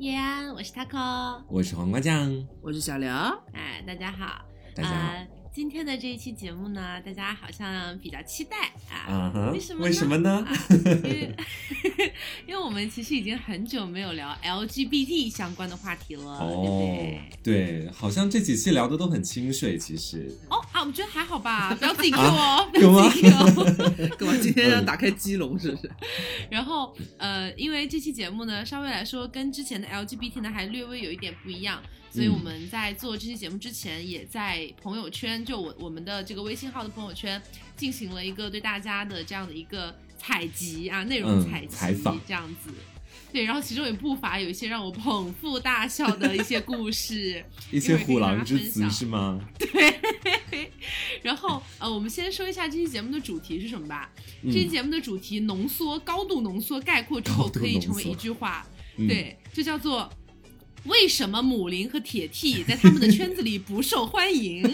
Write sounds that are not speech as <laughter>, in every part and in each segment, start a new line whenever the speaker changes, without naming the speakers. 耶安，我是 Taco，
我是黄瓜酱，
我是小刘，
哎，大家好，
大家好。
呃今天的这一期节目呢，大家好像比较期待啊
啊哈
为什么呢？
为什么呢
啊因为 <laughs> 因为我们其实已经很久没有聊 LGBT 相关的话题了，
啊
对不
哦
对？，
对，好像这几期聊的都很清水，其实
哦啊，我觉得还好吧，不要自己 Q
<laughs>
哦，不
啊有吗
要自己 Q。
哎
<laughs> 干嘛今天要打开鸡笼是不
嗯
是？
然后呃，因为这期节目呢，稍微来说跟之前的 LGBT 呢还略微有一点不一样，所以
嗯
我们在做这期节目之前，也在朋友圈，就我我们的这个微信号的朋友圈，进行了一个对大家的这样的一个采集啊，内容
嗯
采集、
采访
这样子。对，然后其中也不乏有一些让我捧腹大笑的一些故
<laughs>
事，
一些虎狼之
一会儿可以跟大家分
词
享
是吗？
然后呃，我们先说一下这期节目的主题是什么吧。
嗯
这期节目的主题浓缩、高度浓缩、概括之后，
高度
可以成为
浓缩
一句话，
嗯
对，就叫做。为什么母林和铁 T 在他们的圈子里不受欢迎？
<laughs>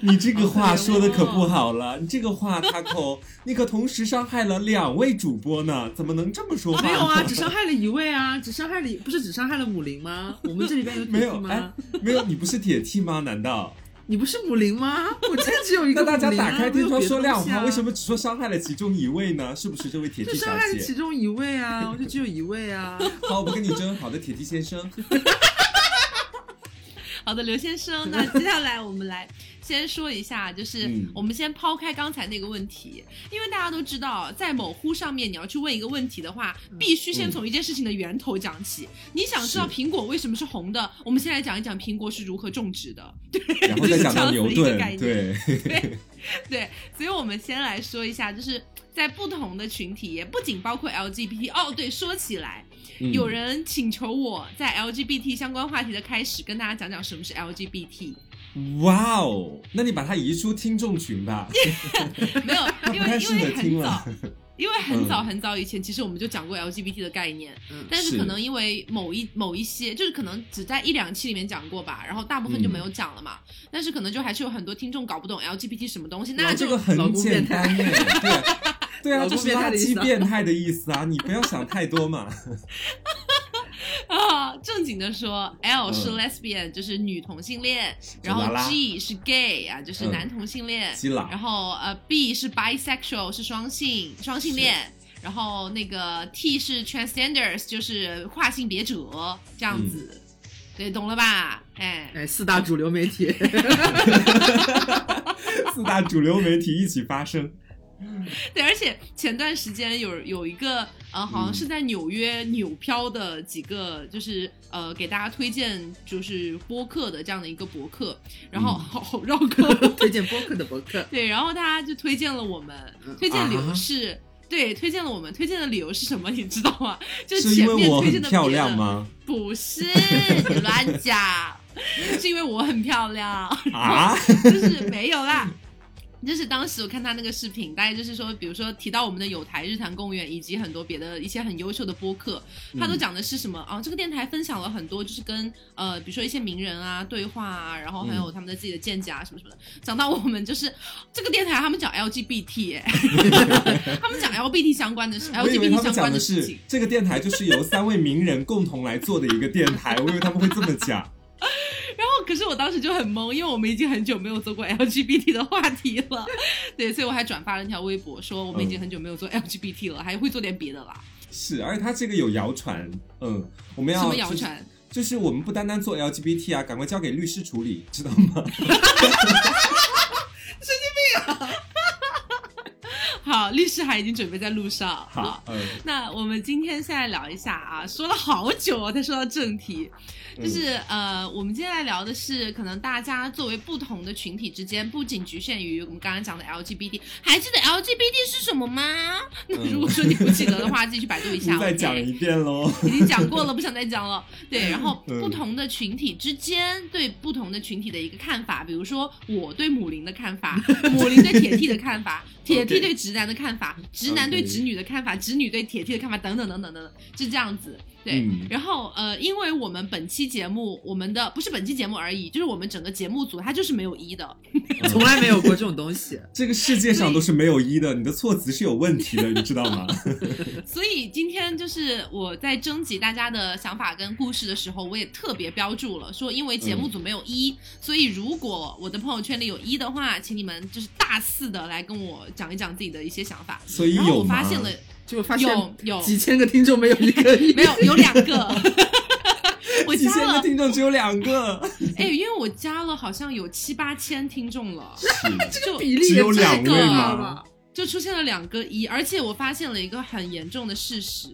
你这个话说的可不好
<laughs>
了，你这个话 Taco，你可同时伤害了两位主播呢，怎么能这么说话呢？
没
<laughs>
有啊，只伤害了一位啊，只伤害了一，不是只伤害了母灵
<laughs>
吗？我们这里边有
没
铁
有
梯
哎
吗？，
没有，你不是铁 T 吗？难
<laughs>
道？
你不是母灵
<laughs>
吗？我这只有一
那
个
大家
母灵啊
打开天窗说亮话，为什？
没有别的东西啊
么只说伤害了其中一位呢？是不是这位铁 T
就
小
伤害了其
姐？
中一位
<laughs>
啊，我就只有一位啊。
好，我不跟你争，好的，铁 T 先生，
好的，刘先
<laughs>
生，那接下来我们来先说一下，就是
嗯
我们先抛开刚才那个问题，因为大家都知道，在某乎上面你要去问一个问题的话，必须先
嗯
从一件事情的源头讲起。你想知道
是
苹果为什么是红的，我们先来讲一讲苹果是如何种植的。
然后再讲到
就是
牛
这样子一个
顿
概，念
对，
对，所以我们先来说一下，就是在不同的群体，也不仅包括 LGBT。哦，对，说起来，
嗯
有人请求我在 LGBT 相关话题的开始跟大家讲讲什么是
<laughs>
LGBT。
哇哦，那你把它移出听众群吧，
没有， <laughs> 因
不太
为因
适合
为
听
很
了
早。。因为很早
嗯
很早以前，其实我们就讲过 LGBT 的概念，
嗯
但是
是
可能因为某一某一些，就是可能只在一两期里面讲过吧，然后大部分就没有讲了嘛。但是可能就还是有很多听众搞不懂 LGBT 什么东西，那
嗯哇
就
这个很
老公
简
变态
单耶，对。对啊，
老
就
公
是
变
垃
态的意思啊
圾变态的意思啊！你不要想太
<laughs>
多嘛。
<laughs> 啊，正经的说，L
嗯
是 lesbian，、就是女同性恋，然后
拉拉
G 是 gay 啊，就是
嗯
男同性恋，
基佬
然后呃 B 是 bisexual，是双性双性恋，然后那个 T 是 transgenders，就是跨性别者这样子，对，懂了吧？哎，
哎，四大主流
<laughs>
媒体，
四大主流媒体一起发声，
对，而且前段时间有有一个呃，好像
嗯
是在纽约纽漂的几个，就是呃，给大家推荐就是播客的这样的一个博客，然后
嗯
好好绕口。
推荐播客的博客。
对，然后他就推荐了我们，
嗯
推荐理
啊
由是，对，推荐了我们，推荐的理由是什么？你知道吗？ <laughs> 就是
是
前
因为
面
我
推
很
荐的
漂
别
亮
的？
吗？
不啊是，你乱讲， <laughs> 是因为我很漂亮， <laughs>
啊，
就是没有啦。就是当时我看他那个视频，大概就是说，比如说提到我们的有台日坛公园以及很多别的一些很优秀的播客，他都
嗯
讲的是什么啊？这个电台分享了很多，就是跟呃，比如说一些名人啊对话啊，然后还
嗯
有他们的自己的见解啊什么什么的。讲到我们就是这个电台，他们讲 LGBT，、哎 <laughs> 他们讲 LGBT 相关的事
我以为他
，LGBT
们
相
讲
关
的
事
是
情。
这个电台就是由三位名人共同来做的一个电台，我以为他们会这么讲。
然后，可是我当时就很懵，因为我们已经很久没有做过 LGBT 的话题了， <laughs> 对，所以我还转发了一条微博，说我们已经很久没有做
嗯
LGBT 了，还会做点别的啦。
是，而且他这个有谣传，嗯，我们要
什么谣
就是
传？
就是我们不单单做 LGBT 啊，赶快交给律师处理，知道吗？
好，律师函已经准备在路上。好。，
<laughs> 嗯，
那我们今天现在聊一下啊，说了好久哦才说到正题，
嗯
就是、呃，我们今天来聊的是，可能大家作为不同的群体之间，不仅局限于我们刚刚讲的 LGBT，还记得 LGBT 是什么吗？ <laughs> 那
嗯
如果说你不记得的话，自己 <laughs> 去百度一
你
下。
再
OK
讲一遍喽。
<laughs> 已经讲过了，不想再讲了。对，然后
嗯
不同的群体之间对不同的群体的一个看法，比如说我对母林的看
<laughs>
法，母林对铁 T 的看法，铁
哦
T 对直男的看法，直男对
OK
直女的看法，直女对铁 T 的看法，等等等等等等，是这样子。对，
嗯
然后呃，因为我们本期节目，我们的不是本期节目而已，就是我们整个节目组它就是没有一的，
嗯
从来没有过这种东西。
这个世界上都是没有一的，你的措辞是有问题
<laughs>
的，你知道吗？
所以今天就是我在征集大家的想法跟故事的时候，我也特别标注了，说因为节目组没有一、所以如果我的朋友圈里有一的话，请你们就是大肆的来跟我讲一讲自己的一些想法。
所以
然后
有
我
吗
发？现了，
就发现
有有
几千个听众没有
<laughs>
一个
没有有两个，
<laughs>
我
几
加
千个
了，
听众只有两
<laughs>
个，
哎，因为我加了好像有七八千听众了，
是
就
比例
只
也
有
两
太高
位
了
吗
吧？
就出现了两个一，而且我发现了一个很严重的事实，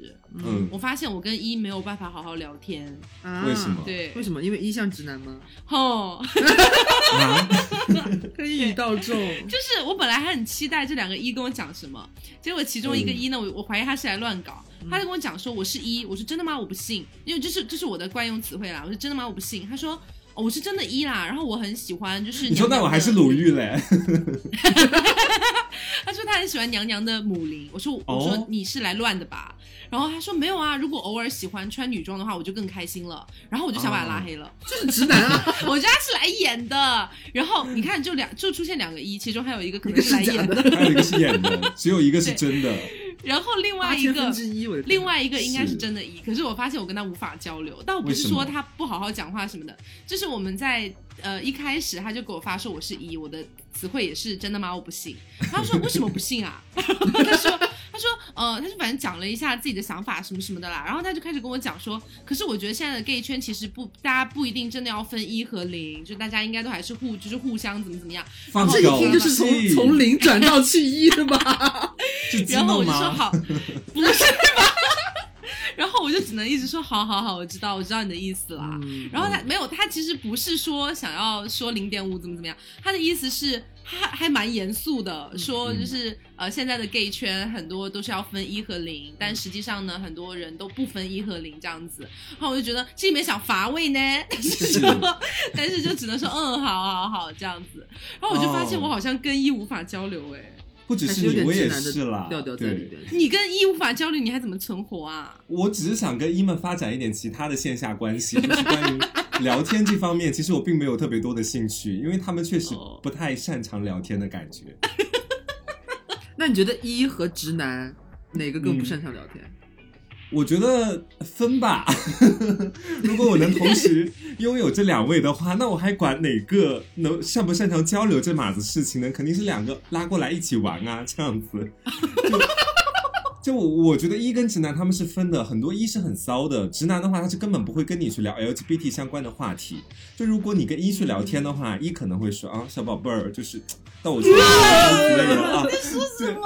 嗯，
我发现我跟一没有办法好好聊天，
啊
为什么
对
为，什么？因为一像直男吗？
吼、
啊，
跟一语
<laughs>
道中，
就是我本来还很期待这两个一跟我讲什么，结果其中一个
嗯
一呢，我我怀疑他是来乱搞，他就跟我讲说我是一，我说真的吗？我不信，因为这是这是我的惯用词汇啦，我说真的吗？我不信，他说。哦我是真的一啦，然后我很喜欢，就是
你说
娘娘
那我还
的
是鲁豫嘞，
<laughs>
<laughs>
他说他很喜欢娘娘的母灵，我说我
哦
说你是来乱的吧？然后他说没有啊，如果偶尔喜欢穿女装的话，我就更开心了。然后我就想把他拉
哦
黑了，
<laughs>
<laughs>
就是直男啊，
我觉得他是来演的。然后你看，就两就出现两个一，其中还有一个可
一
能
个
是来
是假
演，
的，
还有一个是演的，只有一个是真的。
<laughs> 然后另外
八
一
千分
个。
之一，我的天
另外一个应该是
是
真的一，可是我发现我跟他无法交流，倒不
为
是
什么
说他不好好讲话什么的，就是我们在呃一开始他就给我发说我是一，我的词汇也是真的吗？我不信。他说为什么不信啊？然后他说他说呃他就反正讲了一下自己的想法什么什么的啦，然后他就开始跟我讲说，可是我觉得现在的 gay 圈其实不大家不一定真的要分一和零，就大家应该都还是互就是互相怎么怎么样。
放
这一
狗
听就是从
屁
从零转到去一的吧？
是激
然后我
动
就说
吗？
好， <laughs> 不是吧？ <laughs> 然后我就只能一直说好好好，我知道我知道你的意思啦。然后他没有，他其实不是说想要说零点五怎么怎么样，他的意思是他还蛮严肃的，说嗯就是、呃现在的 gay 圈很多都是要分一和零，但实际上呢，很多人都不分一和零这样子。然后我就觉得心里面想乏味呢， <laughs> 但是就 <laughs> 但是就只能说嗯好好好这样子。然后我就发现
哦
我好像跟一无法交流哎、
不只
还
<laughs> 是
有
你，
点
我
直
也
男
是啦
的。调调在里
对，
边。
你跟一无法交流，你还怎么存活啊？
我只是想跟伊们发展一点其他的线下关系，就是关于聊天这方面，其实我并没有特别多的兴趣，因为他们确实
哦
不太擅长聊天的感觉。
那你觉得一和直男哪个更不擅长聊天？
嗯我觉得分吧， <laughs> 如果我能同时拥有这两位的话，那我还管哪个能擅不擅长交流这码子事情呢？肯定是两个拉过来一起玩啊，这样子。就就我我觉得一跟直男他们是分的，很多一是很骚的，直男的话他是根本不会跟你去聊 LGBT 相关的话题。就如果你跟一去聊天的话，一可能会说啊小宝贝儿，就是到我这里来之类的啊，对。
么？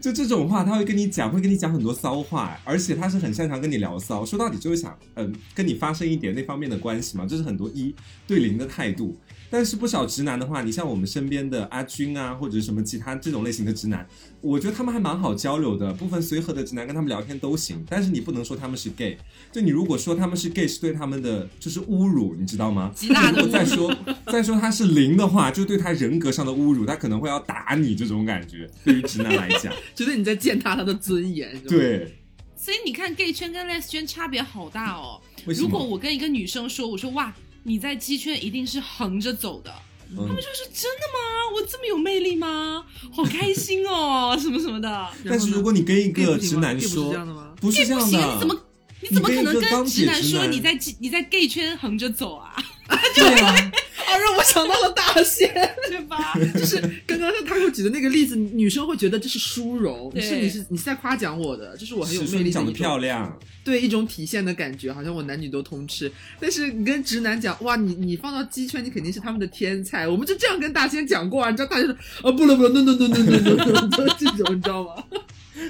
就这种话，他会跟你讲，会跟你讲很多骚话，而且他是很擅长跟你聊骚。说到底就是想，嗯、跟你发生一点那方面的关系嘛，这是很多一对零的态度。但是不少直男的话，你像我们身边的阿军啊，或者什么其他这种类型的直男，我觉得他们还蛮好交流的。部分随和的直男跟他们聊天都行，但是你不能说他们是 gay。就你如果说他们是 gay，是对他们的就是侮辱，你知道吗？
极大的 <laughs>
如果再说再说他是零的话，就对他人格上的侮辱，他可能会要打你这种感觉。对于直男来讲。
觉得你在践踏他的尊严？是吧，
对，
所以你看，gay 圈跟 les 圈差别好大哦。
为什
如果
么？
我跟一个女生说，我说哇，你在基圈一定是横着走的，
嗯，
她说真的吗？我这么有魅力吗？好开心
<laughs>
哦，什么什么的。
但是如果你跟一
并
个
不行
直
吗
男
并不是
说
这，样的吗？
不是这样
行，啊你怎
的，
么你怎么可能
你跟一个钢
跟
铁
直男
直
说
男
你在基你在 gay 圈横着走啊？ <laughs>
对啊，
啊，让我想到了大仙。
对吧？
就是刚刚他给我举的那个例子，女生会觉得这是殊荣，
对
是你是你是在夸奖我的，这是我很有
是说
魅
你
力
长
的
得
一
漂
种，
亮，
对一种体现的感觉，好像我男女都通吃。但是你跟直男讲，哇，你你放到鸡圈，你肯定是他们的天才。我们就这样跟大仙讲过啊，你知道大仙说，啊不了不了，no no no no no no，no，这种你
<laughs>
知道吗？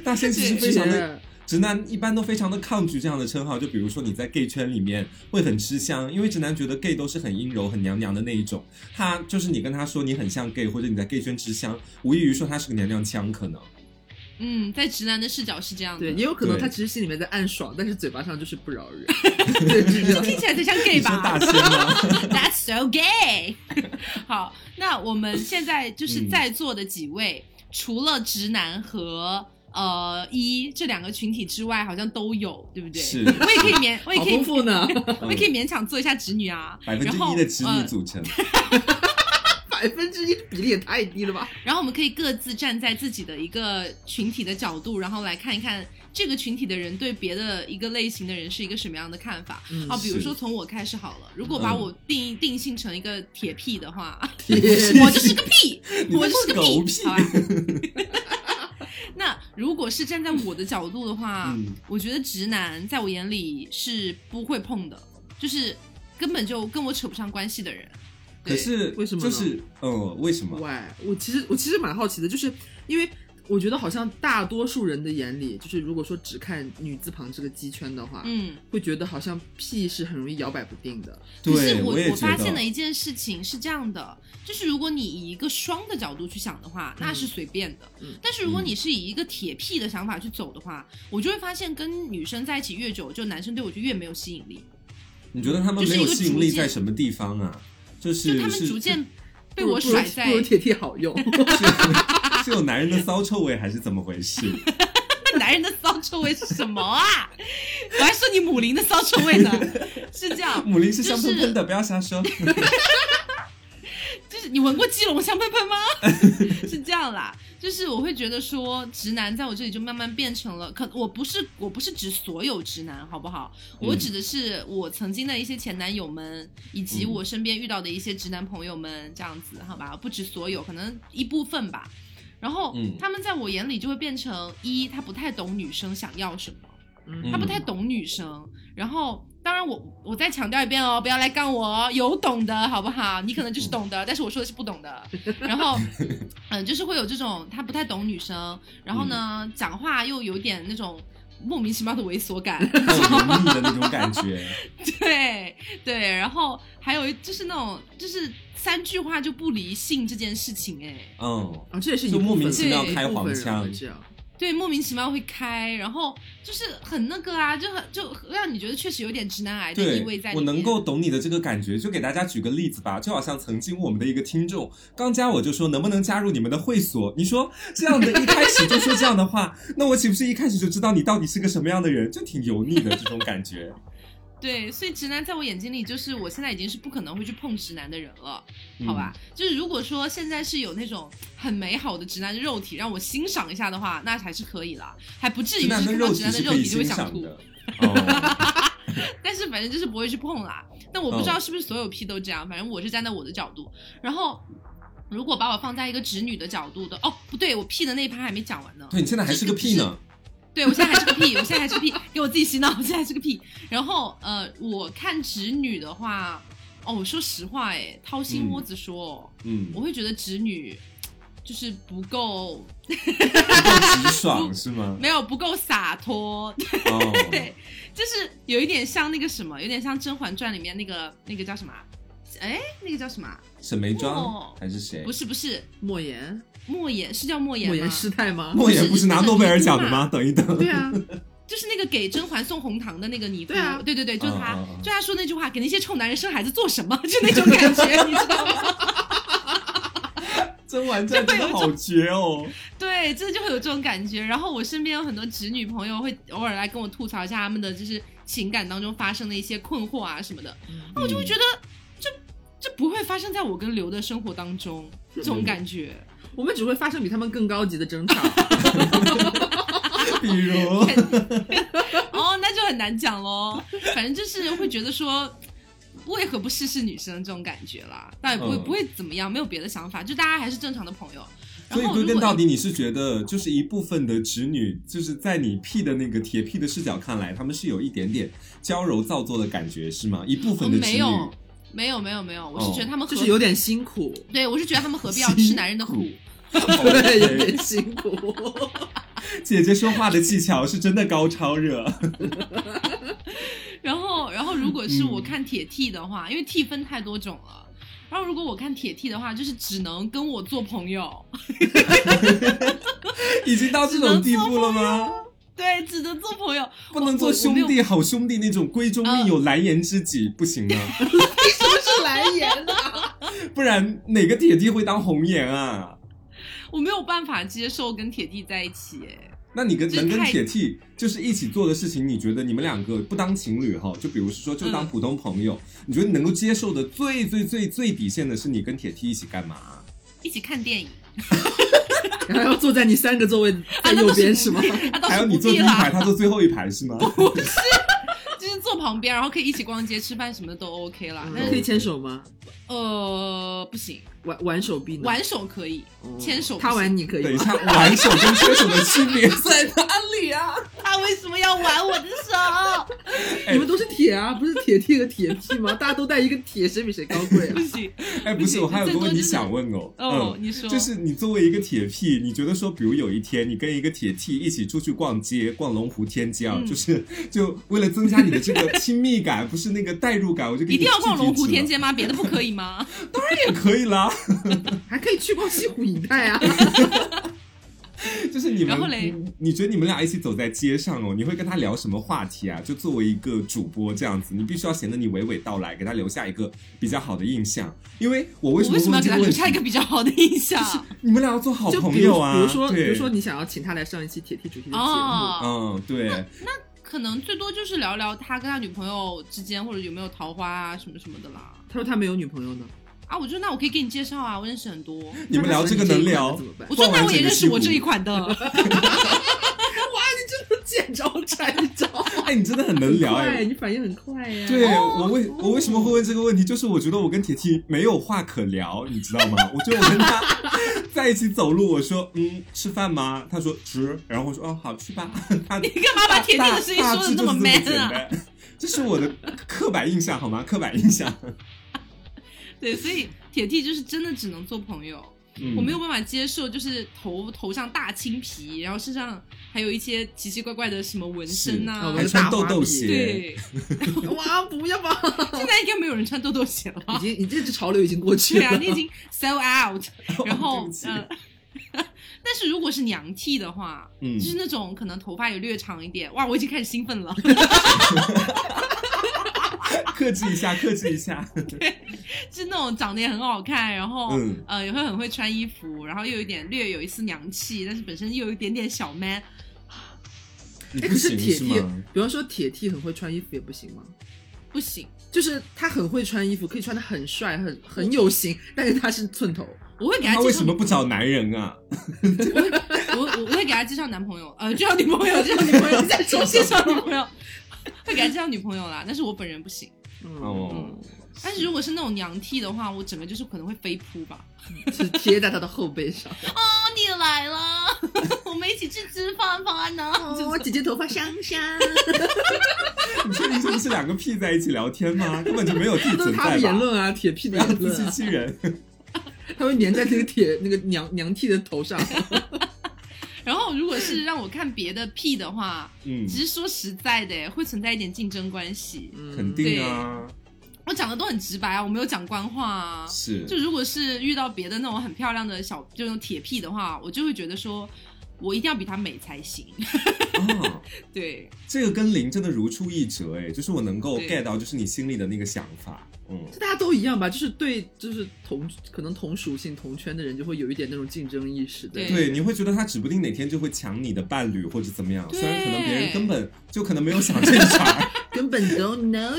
大仙其实
对
非常的直男一般都非常的抗拒这样的称号，就比如说你在 gay 圈里面会很吃香，因为直男觉得 gay 都是很阴柔、很娘娘的那一种，他就是你跟他说你很像 gay，或者你在 gay 圈吃香，无异于说他是个娘娘腔，可能
嗯，在直男的视角是这样的
对，，也有可能
对
他其实心里面在暗爽，但是嘴巴上就是不饶人。对，是这样。
听起来才像 gay
你说
吧？
大仙吗？
<laughs> That's so gay 。 <laughs> 好，
嗯
那我们现在就是在座的几位，除了直男和呃一这两个群体之外，好像都有，对不对？
是
我也可以勉，我也
好
可以
丰富呢，
<laughs>
我也可以勉强做一下直女啊。
百分
然
之
后
一的直女
呃
组成，
<laughs> 百分之一比例也太低了吧？
然后我们可以各自站在自己的一个群体的角度，然后来看一看这个群体的人对别的一个类型的人是一个什么样的看法。
嗯
啊，比如
是
说从我开始好了，如果把
嗯
我定义定性成一个铁屁的话，
天
<laughs> 我就是个屁，
<laughs> 你
我就是个
狗
屁，好吧？ <laughs> 那如果是站在我的角度的话，
嗯
我觉得直男在我眼里是不会碰的，就是根本就跟我扯不上关系的人。
可
对
是
为什么
就
呢
是嗯，为什么？
喂，我其实我其实蛮好奇的，就是因为我觉得好像大多数人的眼里，就是如果说只看女字旁这个鸡圈的话，
嗯，
会觉得好像屁是很容易摇摆不定的。
可是
对，
我
也
我
觉
发现
得
了。一件事情是这样的，就是如果你以一个双的角度去想的话，那是随便的；
嗯
但是如果
嗯
你是以一个铁屁的想法去走的话，我就会发现跟女生在一起越久，就男生对我就越没有吸引力，
你觉得他们
就是
没有
一个
吸引
逐
力
渐
在什么地方啊？就是
就他们
是
逐渐被
不如
我
不如
甩在
不如铁铁
<laughs>
好用，
是是有男人的骚臭味还是怎么
<laughs>
回事？
男人的骚臭味是什么啊？我还说你母林的骚臭
<laughs>
味呢，是这样，
母林是香喷喷的，不要瞎
<laughs>
说。
就是你闻过基隆香喷喷吗？ <laughs> 是这样啦，就是我会觉得说，直男在我这里就慢慢变成了，可我不是我不是指所有直男，好不好？我
嗯
指的是我曾经的一些前男友们，以及
嗯
我身边遇到的一些直男朋友们，这样子，好吧？不止所有，可能一部分吧。然后、
嗯
他们在我眼里就会变成一，他不太懂女生想要什么。
嗯
他不太懂女生。然后，当然我我再强调一遍哦，不要来干我哦，有懂的好不好？你可能就是懂的，但是我说的是不懂
<laughs>
的。然后，嗯，就是会有这种他不太懂女生，然后呢，
嗯
讲话又有点那种莫名其妙的猥琐
<laughs>
感。
那种油腻的那种感觉，
对对，然后还有就是那种就是三句话就不离性这件事情，哎， <laughs>
嗯，
啊，这也是一
就
部
莫
分
名其妙
对
开
一部分人
黄腔
会这样。
对，莫名其妙会开，然后就是很那个啊，就很就让你觉得确实有点直男癌的意
对
味在，里
我
面。
能够懂你的这个感觉，就给大家举个例子吧，就好像曾经我们的一个听众刚加我就说能不能加入你们的会所，你说这样的一开始就说这样的话， <laughs> 那我岂不是一开始就知道你到底是个什么样的人，就挺油腻的这种感觉，
对，所以直男在我眼睛里，就是我现在已经是不可能会去碰直男的人了，
嗯
<laughs> 好吧？就是如果说现在是有那种很美好的直男肉体让我欣赏一下的话，那还是可以啦，还不至于
直
是
男的
看
肉
到
体
直男的
嗯是
肉
可以
体就会
欣
想
赏
吐。
的。哦，
但是反正就是不会去碰啦。但我不知
嗯
道是不是所有 P 都这样，反正我是站在我的角度。然后，如果把我放在一个直女的角度的，哦，不对，我 P 的那一趴还没讲完呢。
对你现在还是个屁呢，
对我现在还是个屁，我现在还是个屁，给我自己洗脑，我现在还是个屁。然后呃，我看直女的话，哦，我说实话，哎，掏心窝子说，
嗯，
我会觉得直女就是不够，
不够直爽是吗？
没有不够洒脱， <laughs>
<laughs> 哦，
对，就是有一点像那个什么，有点像《甄嬛传》里面那个那个叫什么啊？哎，那个叫什么啊？
沈眉庄
哦
还是谁
不？是不是，
莫言，
莫言是叫莫言
莫
吗？
言师太吗？
莫言不是拿诺贝尔奖的吗？等一等，
对啊，
就是那个给甄嬛送红糖的那个尼姑，
对啊
对对对，就是他，
嗯嗯嗯
就他说那句话，给那些臭男人生孩子做什么？就那种感觉，你知道
<laughs>
吗？
甄嬛传真的好绝 <laughs> 哦！
对，真的就会有这种感觉。然后我身边有很多直女朋友会偶尔来跟我吐槽一下他们的就是情感当中发生的一些困惑啊什么
嗯
的，那我就会觉得这这不会发生在我跟刘的生活当中，这种感觉。
我们只会发生比他们更高级的争吵。
<laughs>
嗯比如，
哦，那就很难讲喽。反正就是会觉得说，为何不试试女生这种感觉啦？倒也不会、
嗯
不会怎么样，没有别的想法，就大家还是正常的朋友。然
所以
后
归
如
根到
果
底，你是觉得就是一部分的直女，就是在你屁的那个铁屁的视角看来，他们是有一点点娇柔造作的感觉，是吗？一部
哦
分的直
没
女，
有没有没有没有，我是
哦
觉得他们何、
就是有点辛苦，
对我是觉得他们何必要吃男人的苦？
对，有点辛苦。
姐姐说话的技巧是真的高超热， <laughs>
然后然后如果是我
嗯
看铁 T 的话，因为 T 分太多种了。然后，如果我看铁 T 的话，就是只能跟我做朋友，
已经到这种地步了吗？
对，只能做朋友，
不能做
我
兄
我没
弟、好兄弟那种闺中密友、蓝颜知己，不行啊
<laughs>
吗？
什么是蓝颜呢？
不然哪个铁弟会当红颜啊？
我没有办法接受跟铁弟在一起，哎，
那你跟
就是
能跟
太
铁 T 就是一起做的事情，你觉得你们两个不当情侣哈，就比如说就当
嗯
普通朋友，你觉得你能够接受的最最最最底线的是你跟铁 T 一起干嘛？
一起看电影，
<laughs> 然后要坐在你三个座位在右边是吗？ <laughs>
啊，倒
还有
是
你
不
坐第
必
一
啦，
排，他坐最后一排是吗？
就是坐旁边，然后可以一起逛街、吃饭什么的都 OK 啦。但
嗯可以
是
牵手吗？
呃，不行，
玩玩手臂呢？
挽手可以，
哦
牵手不
他
行
玩你可
等
以
一
吗？
下，挽手跟牵手的区别在哪里啊？
他为什么要挽我的手？
哎
你们都是铁啊，不是铁 T 和铁 P 吗？大家都带一个铁，谁比谁高贵啊
不？行，
<laughs> 哎，不是，我还有
最
个
多
问题
就是
想问哦。
哦，
嗯
你说
就是你作为一个铁屁，你觉得说，比如有一天你跟一个铁 T 一起出去逛街，逛龙湖天街啊，
嗯
就是就为了增加你的这个亲密感，不是那个代入感，我就给
一
你
定要逛
具体
龙湖
指
天
了，
街吗？别的不可以吗？
也 <laughs> 可以啦。
还可以去逛西湖一带啊。
就是你们，
然后嘞
你你觉得你们俩一起走在街上哦，你会跟他聊什么话题啊？就作为一个主播这样子，你必须要显得你娓娓道来，给他留下一个比较好的印象。因为我为
我
什么
为什么要
问
给他留
这个问题
下一个比较好的印象？
你们俩要 <laughs> 做好
就
朋
比如
友啊，
比如说，比
对
如说你想要请他来上一期铁 T 主题的节目，
哦，
嗯，
<laughs>
对，
可能最多就是聊聊他跟他女朋友之间或者有没有桃花啊什么什么的啦。
他说他没有女朋友呢，
啊，我说那我可以给你介绍啊，我认识很多。
你们聊这个能聊
那他喜欢你这一款的怎么办
我说那
逛完
我也
整个
认识
西湖
我这一款的。
见招拆招，
哎，你真的很 <laughs> 能聊哎、
快，你反应很快呀。
对
哦
我为我为什么会问这个问题，就是我觉得我跟铁 T 没有话可聊，你知道吗？ <laughs> 我觉得我跟他在一起走路，我说嗯，吃饭吗？他说吃，然后我说哦好去吧。 <laughs> 他
你 <laughs> 干嘛把铁定的事情
大
说的那么
大致就是
man
这么简
啊？
单这是我的刻板印象好吗？刻板
<laughs>
印象。
对，所以铁弟就是真的只能做朋友，
嗯，
我没有办法接受，就是头头上大青皮，然后身上还有一些奇奇怪怪的什么纹身
是啊
啊
我
还。
的
穿
大
豆
花
豆
臂
鞋，
对，
哇，不要吧，
现在应该没有人穿豆豆鞋了。
<laughs>
已经你这只潮流已经过去
对
了。
啊，你已经 sell out。然
<laughs> 哦对
后
不起
呃，但是如果是娘剃的话，
嗯
就是那种可能头发也略长一点，哇，我已经开始兴奋了。 <laughs>
克制一下，克制一
<laughs>
下。
是那种长得也很好看，然后、
嗯
呃也会很会穿衣服，然后又有一点略有一丝娘气，但是本身又有一点点小 man。
你
哎，
不
可
行
是铁
是
T，
吗？
比方说铁 T 很会穿衣服也不行吗？
不行，
就是他很会穿衣服，可以穿的很帅，很很有型，但是他是寸头，
我会给
他
介
为
绍
什么不找男人啊？
我我我会给他介绍男朋友，呃，介绍女朋友，介绍女朋
<laughs>
友，再说介绍女朋友，会给他介绍女朋友啦。但是我本人不行。
嗯
嗯
哦，
但是如果是那种娘剃的话，我整个就是可能会飞扑吧。
就是贴在他的后背上。
哦，你来了， <laughs> 我们一起去吃饭饭呢。
哦，姐姐头发香香，
<laughs> 你确定这不是两个屁在一起聊天吗？根本就没有 T
都
存
是他
在
的言
吧？
论啊，铁 P
不
的
要
言
自
论
欺欺
啊，
人。
他会粘在那个铁那个娘娘 T 的头上。
<laughs> 然后如果是让我看别的屁的话，
嗯，
只是说实在的，会存在一点竞争关系。
<laughs>
嗯
肯定啊，
我讲的都很直白啊，我没有讲官话啊。
是
就如果是遇到别的那种很漂亮的小，就那种铁屁的话，我就会觉得说，我一定要比她美才行。
啊，
对，
这个跟零真的如出一辙哎，就是我能够
对
get 到，就是你心里的那个想法，嗯。
这大家都一样吧，就是对，就是同可能同属性同圈的人就会有一点那种竞争意识的。
对
对，你会觉得他指不定哪天就会抢你的伴侣或者怎么样，
对
虽然可能别人根本就可能没有想这一茬，
根本 don't know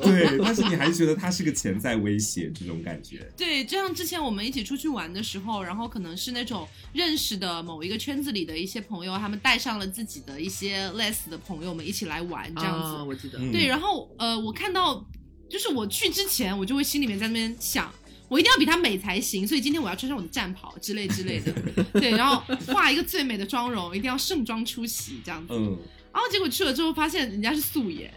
<laughs> 对，但是你还是觉得他是个潜在威胁这种感觉，
对，就像之前我们一起出去玩的时候，然后可能是那种认识的某一个圈子里的一些朋友，他们带上了自己的一些 less 的朋友们一起来玩这样子。
啊我记得。
嗯
对，然后呃，我看到就是我去之前，我就会心里面在那边想。我一定要比她美才行，所以今天我要穿上我的战袍之类之类的，对，然后画一个最美的妆容，一定要盛装出席这样子。
嗯，
然后结果去了之后，发现人家是素
<laughs>
颜，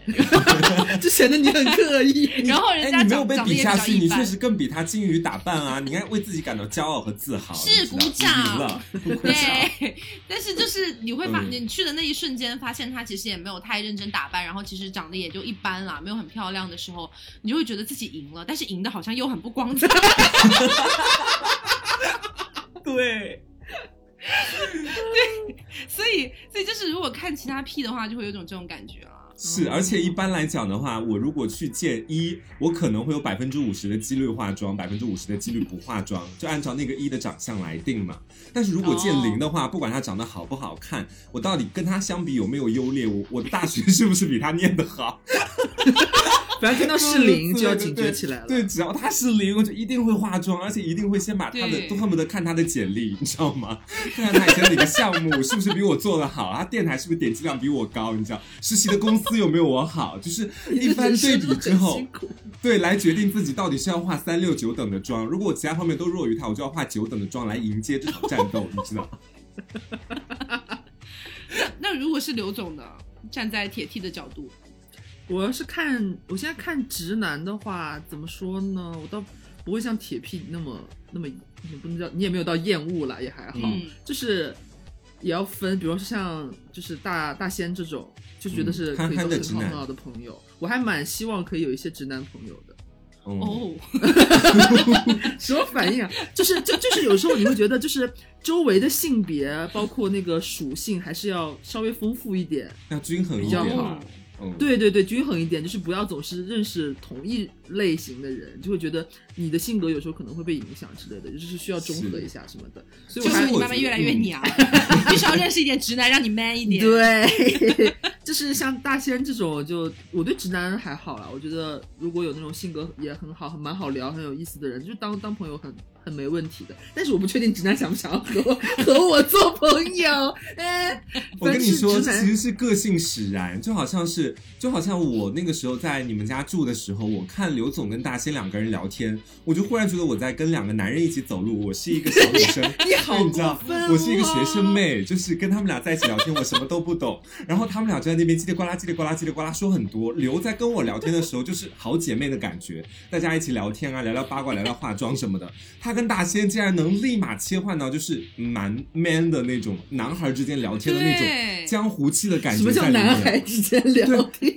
就显得你很刻意。
然后人
哎，
家
你没有
长
被
长得
比
也比
下
较
去，你
一
确
般。
实更比他精于打扮啊，你应该为自己感到骄傲和自豪，
是
你知道
鼓掌
你赢了，
对， <laughs> 但是就是你会发，
嗯
你去的那一瞬间，发现她其实也没有太认真打扮，然后其实长得也就一般啦，没有很漂亮的时候，你就会觉得自己赢了，但是赢的好像又很不光
<laughs>
彩。
对，
所以，所以就是如果我看其他 P 的话，就会有种这种感觉了。
是，而且一般来讲的话，我如果去见一，我可能会有百分之五十的几率化妆，百分之五十的几率不化妆，就按照那个一的长相来定嘛。但是如果见零的话，不管他长得好不好看，我到底跟他相比有没有优劣，我我的大学是不是比他念得好？
反正看到是
嗯
零就要警觉起来了。
对，只要他是零，我就一定会化妆，而且一定会先把他的
对
都恨不得看他的简历，你知道吗？看看他以前哪个项目 <laughs> 是不是比我做的好，他电台是不是点击量比我高，你知道？实习的公司有没有我好？就是一番对比之后，对，来决定自己到底是要化三六九等的妆。如果我其他方面都弱于他，我就要化九等的妆来迎接这场战斗，你知道吗？
那如果是刘总呢？站在铁 T 的角度，
我要是看，我现在看直男的话，怎么说呢？我倒不会像铁屁那么那么，也不能叫你也没有到厌恶了，也还好，
嗯
就是也要分，比如说像就是大大仙这种，就觉得是
嗯
可
憨
以做
憨的
很
直
好
男
很好的朋友。我还蛮希望可以有一些直男朋友的。
嗯，
哦，
什么反应啊？ <laughs> 就是就就是有时候你会觉得，就是周围的性别，包括那个属性，还是要稍微丰富一点。
要均衡一
比较
点
好
吧。嗯，
对对对，均衡一点，就是不要总是认识同一类型的人，就会觉得你的性格有时候可能会被影响之类的，就是需要中和一下什么的。所以
就
我还
是
我
你慢慢
觉得
越来越
嗯
娘，必须要认识一点直男，让你 man 一点。
<laughs> 对，就是像大仙这种，就我对直男还好啦。我觉得如果有那种性格也很好、很蛮好聊、很有意思的人，就当当朋友很很没问题的。但是我不确定直男想不想要 <laughs> 和我和我做朋友。哎，
我跟你说，
反正
其
是直男
实是个性使然，就好像是，就好像我那个时候在你们家住的时候，我看刘总跟大仙两个人聊天，我就忽然觉得我在跟两个男人一起走路，我是一个小女生，
<laughs> 你好
你知道
过分、哦，
我是一个学生。妹，就是跟他们俩在一起聊天，我什么都不懂。然后他们俩就在那边叽里呱啦、叽里呱啦、叽里呱啦说很多。刘在跟我聊天的时候，就是好姐妹的感觉，大家一起聊天啊，聊聊八卦，聊聊化妆什么的。他跟大仙竟然能立马切换到就是蛮 man 的那种男孩之间聊天的那
对
种江湖气的感
什么
觉
叫
在里
男孩
面。
之间聊天？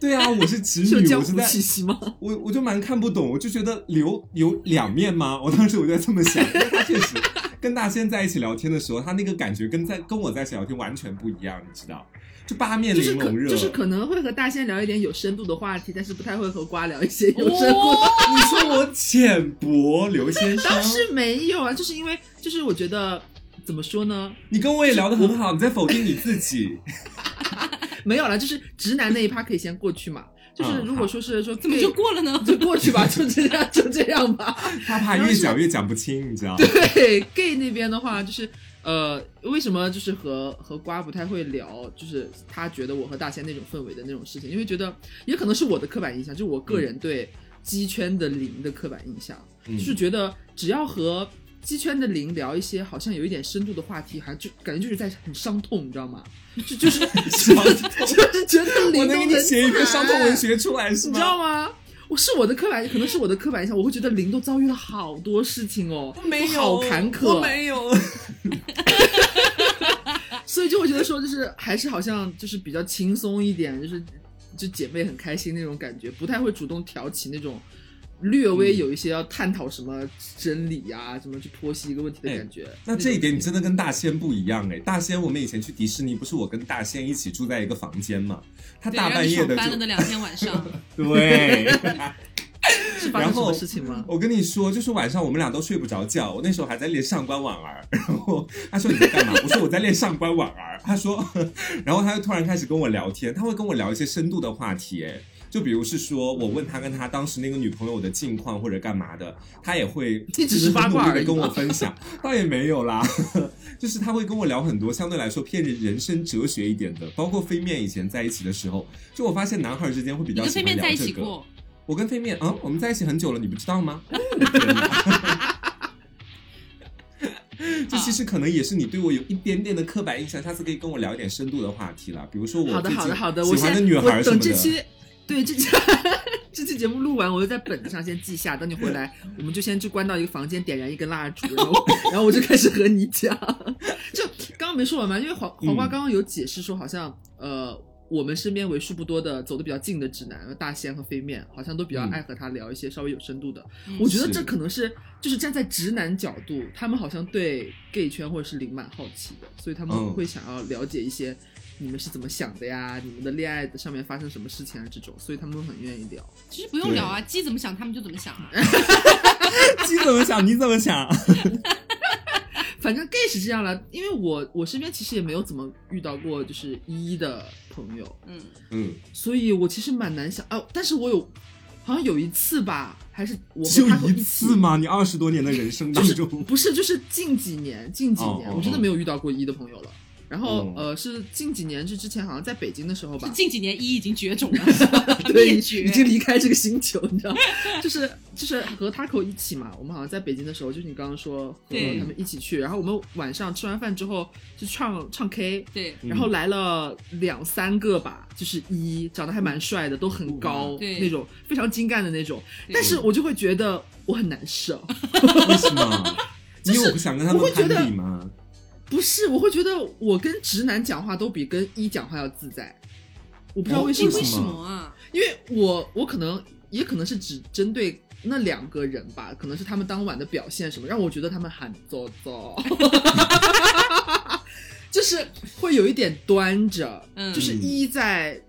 对啊，我是直
是有
女，
江
我是
湖
在
气息吗？ <laughs>
我我就蛮看不懂，我就觉得刘有两面吗？我当时我就在这么想，因 <laughs> 为他确实跟大仙在一起聊天的时候，他那个感觉跟在跟我在一起聊天完全不一样，你知道？就八面
就是
玲
可
珑热，
就是可能会和大仙聊一点有深度的话题，但是不太会和瓜聊一些有深度的
哦，
你说我浅薄，刘先生，
当时没有啊，就是因为就是我觉得怎么说呢，
你跟我也聊得很
<laughs>
好，你在否定你自己，
没有了，就是直男那一趴可以先过去嘛。就是
嗯
如果说是说 gay,、
怎么就过了呢？
就过去吧，就这样就这样吧。
他怕越讲越讲不清，你知道？
对 gay 那边的话，就是呃，为什么就是和和瓜不太会聊，就是他觉得我和大仙那种氛围的那种事情，因为觉得也可能是我的刻板印象，就是我个人对鸡圈的零的刻板印象。
嗯
就是觉得只要和鸡圈的零聊一些好像有一点深度的话题，还就感觉就是在很伤痛，你知道吗？ <laughs> 就就是
伤
就就是觉得
我
零
能
都
给
很
你写一篇
惨
伤痛文，学出来是
你知道
吗？
吗？我是我的刻板，可能是我的刻板印象，我会觉得零都遭遇了好多事情哦，
没有，
好坎坷，
我没有。
啊所以就会觉得说，就是还是好像就是比较轻松一点，就是就姐妹很开心那种感觉，不太会主动挑起那种略
嗯
微有一些要探讨什么真理呀、什么去剖析一个问题的感觉。
哎那这一点你真
的
的跟大仙不一样哎、大仙，我们以前去迪士尼，不是我跟大仙一起住在一个房间嘛？他
对，
大
让
半
你
夜
爽
的
翻了
就
的两天晚上，
对。
是发生
然
什
后
么事情吗？
我跟你说，就是晚上我们俩都睡不着觉，我那时候还在练上官婉儿， <laughs> 然后他说你在干嘛？我说我在练上官婉儿，他说，然后他就突然开始跟我聊天，他会跟我聊一些深度的话题，哎，就比如是说我问他跟他当时那个女朋友的近况或者干嘛的，他
<laughs>
也会
你只是八卦
很努
而
力的
已
跟我分享，倒也没有啦， <laughs> 就是他会跟我聊很多相对来说偏人人生哲学一点的，包括飞面以前在一起的时候，就我发现男孩之间会 <laughs> 比
你
较
跟
喜
飞
欢
面
聊
在一
这
起
个。
过，
我跟飞面，嗯，我们在一起很久了，你不知道
<laughs>
吗？ <laughs> 天哪这其实可能也是你对我有一点点的刻板印象，下次可以跟我聊一点深度的话题了，比如说我
好的，
最近
好的，好的，我
喜
现
欢
在
的女孩
我
什么
等这
的。
期。对这期 <laughs> 这期节目录完，我就在本子上先记下。等你回来，我们就先去关到一个房间，点燃一根蜡烛，
<laughs>
然后然后我就开始和 <laughs> 你讲。就刚刚没说完嘛，因为黄黄瓜
嗯
刚刚有解释说，好像呃，我们身边为数不多的走的比较近的直男，大仙和飞面，好像都
嗯
比较爱和他聊一些稍微有深度的。
嗯
我觉得
是
这可能是就是站在直男角度，他们好像对 gay 圈或者是零蛮好奇的，所以他们
嗯
会想要了解一些你们是怎么想的呀，你们的恋爱的上面发生什么事情啊这种，所以他们很愿意聊。
其实不用聊啊，鸡怎么想他们就怎么想啊。
嗯
鸡怎么 <laughs> 想，你怎么
<laughs>
想？
反正 gay 是这样了，因为我我身边其实也没有怎么遇到过就是一的朋友，
嗯，
嗯，
所以我其实蛮难想哦，但是我有好像有一次吧，还是我和
只有
他和
一
起
次吗？你二十多年的人生当
<laughs>
中，
不是，就是近几年，近几年、
哦哦
我真的没有遇到过一的朋友了。然后、
嗯
呃，是近几年，是之前好像在北京的时候吧
是，近几年一已经绝种了，哎 <laughs>
对，
灭
已
绝，
已经离开这个星球，你知道，就是就是和 Taco 一起嘛，我们好像在北京的时候，就是你刚刚说和
对
他们一起去，然后我们晚上吃完饭之后就唱唱 K。
对
嗯
然后来了两三个吧，就是一长得还蛮帅的，都很高
哇，
对
那种非常精干的那种，
对
但是我就会觉得我很难受，
为什
<laughs>
么？
就
因
是
为我不想跟他们
我会
攀
觉得
比吗？
不是，我会觉得我跟直男讲话都比跟一讲话要自在，我不知道
哦
为什
这
么，
为什么啊？
因为我我可能也可能是只针对那两个人吧，可能是他们当晚的表现什么，让我觉得他们很糟糟，就是会有一点端着，
嗯
就是一在。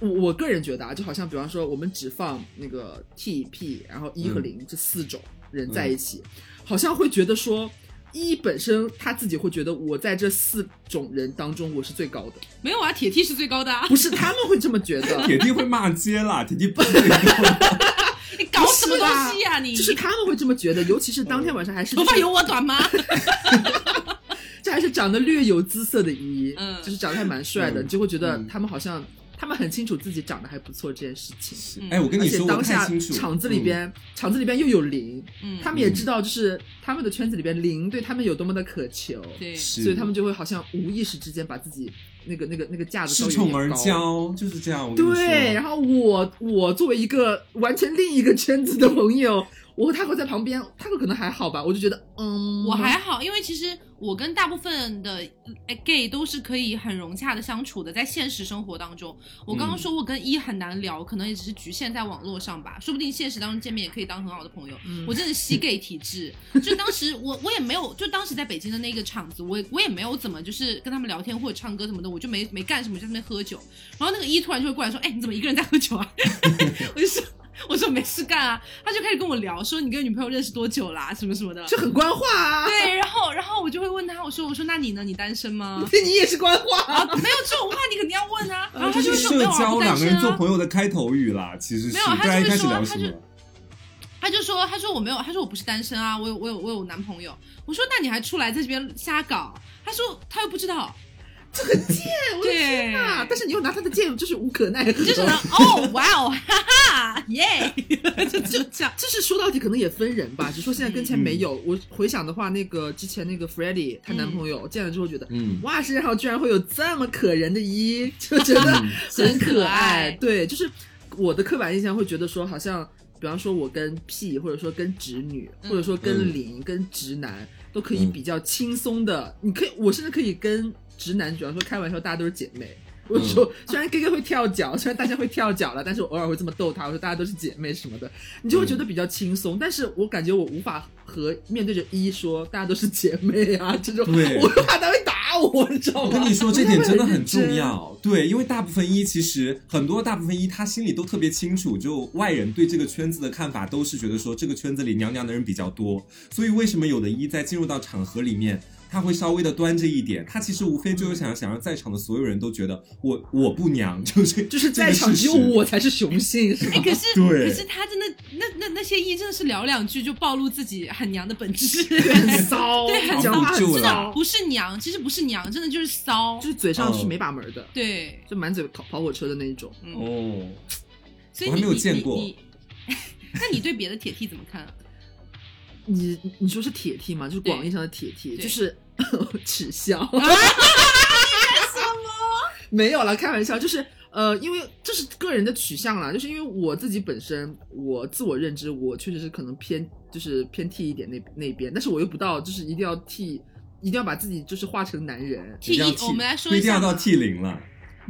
我我个人觉得啊，就好像比方说，我们只放那个 T P，然后一和
嗯
零这四种人在一起，好像会觉得说，一本身他自己会觉得我在这四种人当中我是最高的，
没有啊，铁 T 是最高的啊，
不是他们会这么觉得， <laughs>
铁弟会骂街啦，铁弟不会用
你搞什么东西呀、啊你？
啊就是他们会这么觉得，尤其是当天晚上还是
头发
就是
有我
<laughs>
短吗？
这还是长得略有姿色的一，
嗯
就是长得还蛮帅的，
嗯
你就会觉得
嗯
他们好像他们很清楚自己长得还不错这件事情。
嗯
哎，我跟
而
你
且
说，我
当下
太清楚，嗯
场子里边，场子里边又有零，
嗯，
他们也知道，就是他们的圈子里边零对他们有多么的渴求，
对
嗯，是，
所以他们就会好像无意识之间把自己那个那个那个架子稍
恃
微
宠
有
而
点高。
骄，就是这样。我跟你
对，
说，
然后我我作为一个完全另一个圈子的朋友，我和他会在旁边，他会可能还好吧，我就觉得嗯，
我还好，因为其实我跟大部分的呃 gay 都是可以很融洽的相处的，在现实生活当中，我刚刚
嗯
说我跟一很难聊，可能也只是局限在网络上吧，说不定现实当中见面也可以当很好的朋友。
嗯
我真的吸 gay 体
<laughs>
质，就当时我我也没有，就当时在北京的那个场子，我也我也没有怎么就是跟他们聊天或者唱歌什么的，我就没没干什么，就在那边喝酒。然后那个一突然就会过来说，哎，你怎么一个人在喝酒啊？ <laughs> 我就说我说没事干啊，他就开始跟我聊，说你跟女朋友认识多久啦、什么什么的，
就很官话啊，
对，然后然后我就会问他，我说我说那你呢？你单身吗？
你也是官话。
啊，没有这种话你肯定要问啊。然后他
呃这
就会
是
说没
社
有啊，
交
我
两
单
个
身
人做
啊。
朋友的开头语啦，其实是
没有他就
不然一
会
开始
说
聊
他
什
就
么？
他就说他说我没有，他说我不是单身啊，我有我有我有男朋友。我说那你还出来在这边瞎搞？他说他又不知道，
对我的
对
天哪！但是你又拿他的剑，就是无可奈何。
你就
<laughs>
只能哦哇哦哈哈耶，就就这样。
就是说到底，可能也分人吧。只说现在跟前没
嗯
有。我回想的话，那个之前那个 f r e d d y 她男朋友见了之后觉得，
嗯，
哇，世界上居然会有这么可人的一， <laughs> 就觉得
嗯
很可爱。
嗯
对，就是我的刻板印象会觉得说，好像比方说我跟 P，或者说跟直女，
嗯
或者说跟
嗯
零、跟直男，都可以
嗯
比较轻松的。你可以，我甚至可以跟直男，比方说开玩笑，大家都是姐妹。我
嗯
说，虽然哥哥会跳脚，虽然大家会跳脚了，但是我偶尔会这么逗他，我说大家都是姐妹什么的，你就会觉
嗯
得比较轻松。但是我感觉我无法和面对着一说大家都是姐妹啊这种，
对
我怕他会打我，你知道吗？
我跟你说，这
他会
点真的
很
很
认
重
真。
要。对，因为大部分一其实很多大部分一，他心里都特别清楚，就外人对这个圈子的看法都是觉得说这个圈子里娘娘的人比较多，所以为什么有的一在进入到场合里面，他会稍微的端着一点，他其实无非就是想想让在场的所有人都觉得我我不娘， <laughs> 就是
就是
这个
在场只有
事实
我才是雄性，是吧
哎，？可是
对
可是他真的那那那些一真的是聊两句就暴露自己很娘的本
<laughs>
质，
<laughs>
<laughs>
很骚，
对很
讲
骚
话很
就
骚
了，
不是娘，其实不是娘，真的就是骚
就。是嘴上是
嗯
没把门儿的，
对，
就满嘴跑跑火车的那一种。
嗯。
哦，
所以
我还
你
没有
你
见
你
过
你 <laughs> 那你对别的铁 T 怎么看
<laughs>
啊？
你你说是铁 T 吗？就是广义上的铁 T，
对
就是 <laughs> 耻笑。
<laughs>
<laughs> 没有了，开玩笑，就是呃，因为这是个人的取向啦，就是因为我自己本身，我自我认知，我确实是可能偏就是偏 T 一点那那边，但是我又不到就是一定要 T，一定要把自己就是化成男人，
T
一定要
一，我们来说
不
一
一定
下
要
吧
到 T 零了，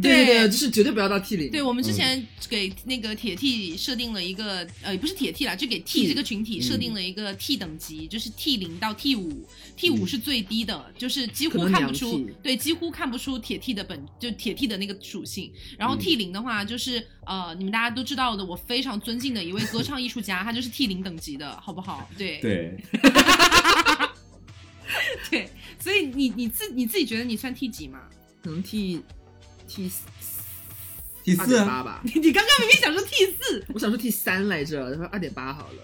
对
对
对，就是绝对不要到 T 里面。
对，我
嗯
们之前给那个铁 T 设定了一个，呃，不是铁 T 啦，就给 T 这个群
嗯
体设定了一个 T 等级，就是 T 零到 T 五，T
嗯
五是最低的，就是几乎
可能
看不
两
出
T，
对，几乎看不出铁 T 的本，就铁 T 的那个属性。然
嗯
后 T 零的话，就是呃，你们大家都知道的，我非常尊敬的一位歌唱艺术家，他就是 T 零等级的，好不好？对
对，
对，所以你你自你自己觉得你算 T 几吗？
可能 T T
第
二
四
点八吧，
<laughs> 你你刚刚明明想说 T 四，
我想说 T 三来着，然后二点八好了，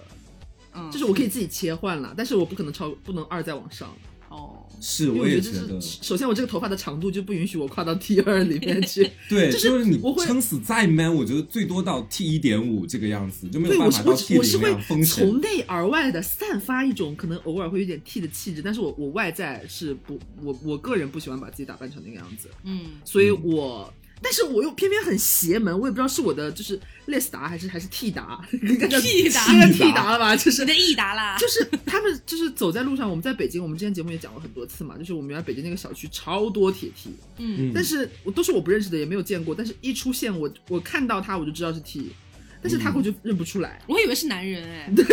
嗯，
就是我可以自己切换了，但是我不可能超，不能二再往上，
哦，
是，
因为
我
我
也
觉
觉
得
得
这，是首先我这个头发的长度就不允许我跨到 T 二里
<laughs>
面去，
对，
就是
就是你
我会
撑死再 man，我觉得最多到 T 一点五这个样子，就没有
对，
办
我
法
是
到
我
T 啊
是我是
零那
会
样封神。
从内而外的散发一种可能偶尔会有点 T 的气质，但是我我外在是不，我我个人不喜欢把自己打扮成那个样子，
嗯，
所以我。但是我又偏偏很邪门，我也不知道是我的就是 less 达还是还是 T 达
T 达
应该 T 达了吧？就是
你的益达啦，
就是他们就是走在路上，我们在北京，我们之前节目也讲过很多次嘛，就是我们原来北京那个小区超多铁梯，
嗯
嗯
但是我都是我不认识的，也没有见过，但是一出现我我看到他我就知道是 T，但是他我就认不
<laughs>
出来，
我以为是男人哎，
对，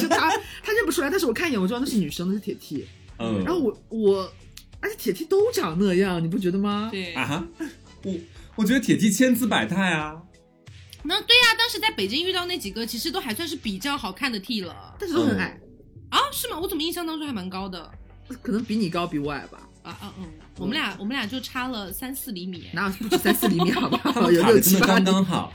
就他他认不出来，但是我看一眼我知道那是女生，那是铁梯，
嗯，
然后我我。而且铁梯都长那样，你不觉得吗？
对
啊，哈，我我觉得铁 T 千姿百态啊，
那对呀、当时在北京遇到那几个，其实都还算是比较好看的 T 了
但是都很矮，
啊，是吗？我怎么印象当中还蛮高的
可能比你高比我矮
<laughs>
吧，
啊啊嗯，我们俩我们俩就差了三四厘米。
哪有不止三四厘米，好不
他
好？
们
哦有
卡的
六
真
七
的
八
刚
厘米。
刚
<laughs>
好。